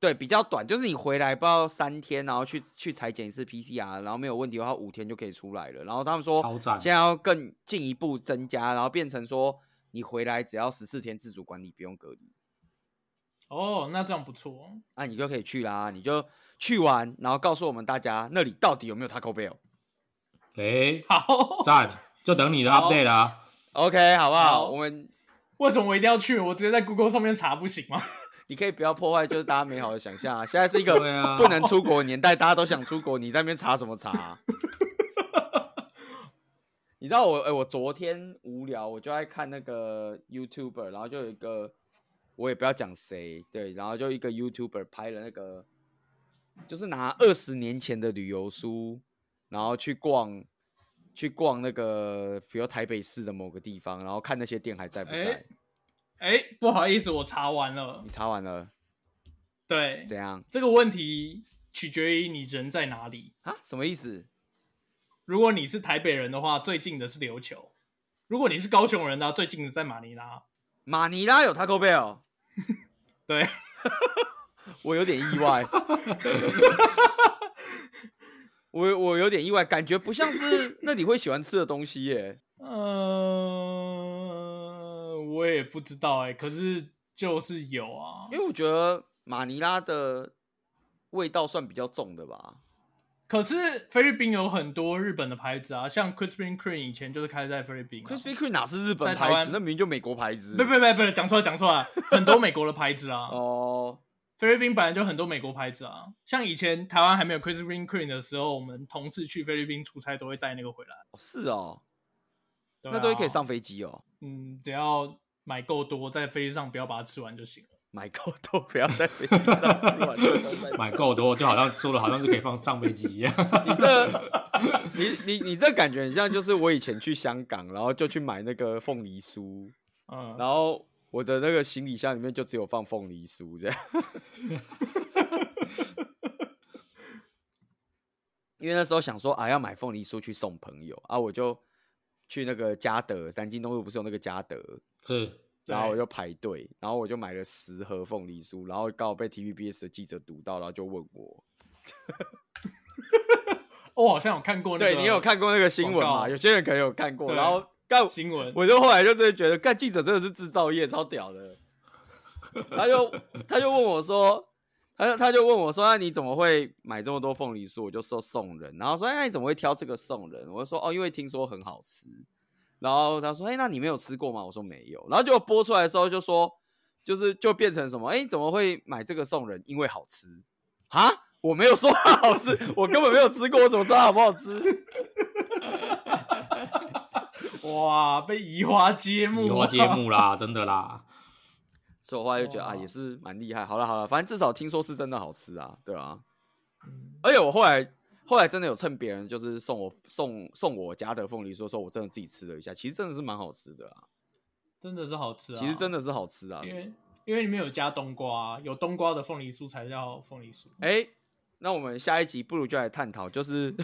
[SPEAKER 2] 对，比较短，就是你回来不知道三天，然后去去裁剪一次 PCR，然后没有问题的话，五天就可以出来了。然后他们说
[SPEAKER 4] 超赞
[SPEAKER 2] 哦现在要更进一步增加，然后变成说你回来只要十四天自主管理，不用隔离，
[SPEAKER 1] 哦， 那这样不错。
[SPEAKER 2] 那、你就可以去啦。你就去完，然后告诉我们大家那里到底有没有 Taco Bell。
[SPEAKER 4] 哎，
[SPEAKER 1] 好，
[SPEAKER 4] 赞，就等你的
[SPEAKER 1] 好
[SPEAKER 4] update 啦。
[SPEAKER 2] OK，好不好？
[SPEAKER 1] 好
[SPEAKER 2] 我们
[SPEAKER 1] 为什么我一定要去？我直接在 Google 上面查不行吗？
[SPEAKER 2] 你可以不要破坏，就是大家美好的想象啊。现在是一
[SPEAKER 4] 对
[SPEAKER 2] 个
[SPEAKER 4] 啊
[SPEAKER 2] 不能出国的年代，大家都想出国，你在那边查什么查啊、你知道我，哎、我昨天无聊，我就在看那个 YouTuber，然后就有一个，我也不要讲谁，对，然后就一个 YouTuber 拍了那个，就是拿二十年前的旅游书，然后去逛，去逛那个，比如台北市的某个地方，然后看那些店还在不在。
[SPEAKER 1] 哎哎，不好意思，我查完了
[SPEAKER 2] 你。查完了
[SPEAKER 1] 对，
[SPEAKER 2] 怎样
[SPEAKER 1] 这个问题取决于你人在哪里。
[SPEAKER 2] 啊？什么意思？
[SPEAKER 1] 如果你是台北人的话，最近的是琉球；如果你是高雄人的话，最近的在马尼拉。
[SPEAKER 2] 马尼拉有 Taco Bell，
[SPEAKER 1] 对，
[SPEAKER 2] 我有点意外， 我我有点意外，感觉不像是那里会喜欢吃的东西耶。
[SPEAKER 1] 呃，我也不知道哎、可是就是有啊
[SPEAKER 2] 因。为我觉得马尼拉的味道算比较重的吧。
[SPEAKER 1] 可是菲律宾有很多日本的牌子啊，像 Krispy Kreme 以前就是开在菲律宾、啊。
[SPEAKER 2] Krispy Kreme 哪是日本
[SPEAKER 1] 在台
[SPEAKER 2] 牌
[SPEAKER 1] 湾
[SPEAKER 2] 子？那明明就美国牌子。
[SPEAKER 1] 不不不不，讲错了讲错了，很多美国的牌子啊。
[SPEAKER 2] 哦，
[SPEAKER 1] 菲律宾本来就很多美国牌子啊，像以前台湾还没有 Krispy Kreme 的时候，我们同事去菲律宾出差都会带那个回来。
[SPEAKER 2] 是哦，
[SPEAKER 1] 对啊
[SPEAKER 2] 那都可以上飞机哦。
[SPEAKER 1] 嗯，只要买够多，在飞机上不要把它吃完就行了。
[SPEAKER 2] 买够多，不要在 飞机上吃完就都在
[SPEAKER 4] 买够多，就好像说的，好像是可以放上飞机一样。
[SPEAKER 2] 你这，你你你这感觉很像，就是我以前去香港，然后就去买那个凤梨酥，
[SPEAKER 1] 嗯，
[SPEAKER 2] 然后我的那个行李箱里面就只有放凤梨酥这样。 因为那时候想说啊，要买凤梨酥去送朋友啊，我就去那个嘉德南京东路，不是有那个嘉德，
[SPEAKER 4] 是，
[SPEAKER 2] 然后我
[SPEAKER 1] 对
[SPEAKER 2] 就排队，然后我就买了十盒凤梨酥，然后刚好被 TVBS 的记者读到，然后就问我，
[SPEAKER 1] 哦我好像有看过那个，
[SPEAKER 2] 对你有看过那个新闻
[SPEAKER 1] 广
[SPEAKER 2] 吗？
[SPEAKER 1] 告
[SPEAKER 2] 有些人可能有看过，
[SPEAKER 1] 对
[SPEAKER 2] 然后干
[SPEAKER 1] 新闻？
[SPEAKER 2] 我就后来就真的觉得，干记者真的是制造业，超屌的。他就他就问我说，他他就问我说：“那你怎么会买这么多凤梨酥？”我就说送人，然后说：“哎，那你怎么会挑这个送人？”我就说：“哦，因为听说很好吃。”然后他说：“哎，那你没有吃过吗？”我说：“没有。”然后就播出来的时候就说，就是就变成什么？哎，你怎么会买这个送人？因为好吃啊！我没有说它好吃，我根本没有吃过，我怎么知道好不好吃？
[SPEAKER 1] 哇，被移花接木，
[SPEAKER 4] 移花接，木啦，真的啦。
[SPEAKER 2] 所以我后来就觉得啊，
[SPEAKER 1] 哇
[SPEAKER 2] 也是蛮厉害。好了好了，反正至少听说是真的好吃啊，对啊。
[SPEAKER 1] 嗯
[SPEAKER 2] 而且我后来后来真的有趁别人就是送我送送我家的凤梨酥，说我真的自己吃了一下，其实真的是蛮好吃的啊，
[SPEAKER 1] 真的是好吃啊。
[SPEAKER 2] 其实真
[SPEAKER 1] 的，
[SPEAKER 2] 的是好吃啊。
[SPEAKER 1] 因为因为里面有加冬瓜啊，有冬瓜的凤梨酥才叫凤梨酥。
[SPEAKER 2] 哎、那我们下一集不如就来探讨，就是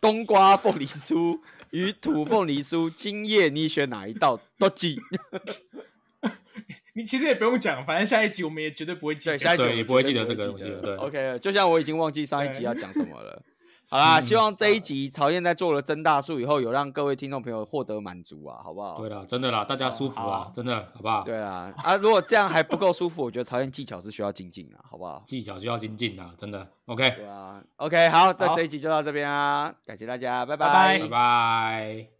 [SPEAKER 2] 冬瓜凤梨酥 与土凤梨酥，今夜你选哪一道？都记
[SPEAKER 1] 你其实也不用讲，反正下一集我们也绝对不会记得。
[SPEAKER 2] 对，下一集
[SPEAKER 4] 对
[SPEAKER 2] 我们
[SPEAKER 4] 也不会
[SPEAKER 2] 绝
[SPEAKER 4] 记得这个
[SPEAKER 2] 记
[SPEAKER 4] 我记得对
[SPEAKER 2] OK，就像我已经忘记上一集
[SPEAKER 1] 对
[SPEAKER 2] 要讲什么了。好啦，
[SPEAKER 4] 嗯
[SPEAKER 2] 希望这一集曹燕在做了增大术以后，有让各位听众朋友获得满足啊，好不好？
[SPEAKER 4] 对啦，真的啦，大家舒服
[SPEAKER 1] 好
[SPEAKER 4] 啦
[SPEAKER 1] 啊，
[SPEAKER 4] 真的好不好？
[SPEAKER 2] 对啊，啊，如果这样还不够舒服，我觉得朝鲜技巧是需要精进的，好不好？
[SPEAKER 4] 技巧就要精进啦，真的。OK，
[SPEAKER 2] 对啊，OK，好，那
[SPEAKER 1] 好
[SPEAKER 2] 这一集就到这边啦，感谢大家，拜
[SPEAKER 1] 拜拜
[SPEAKER 4] 拜拜。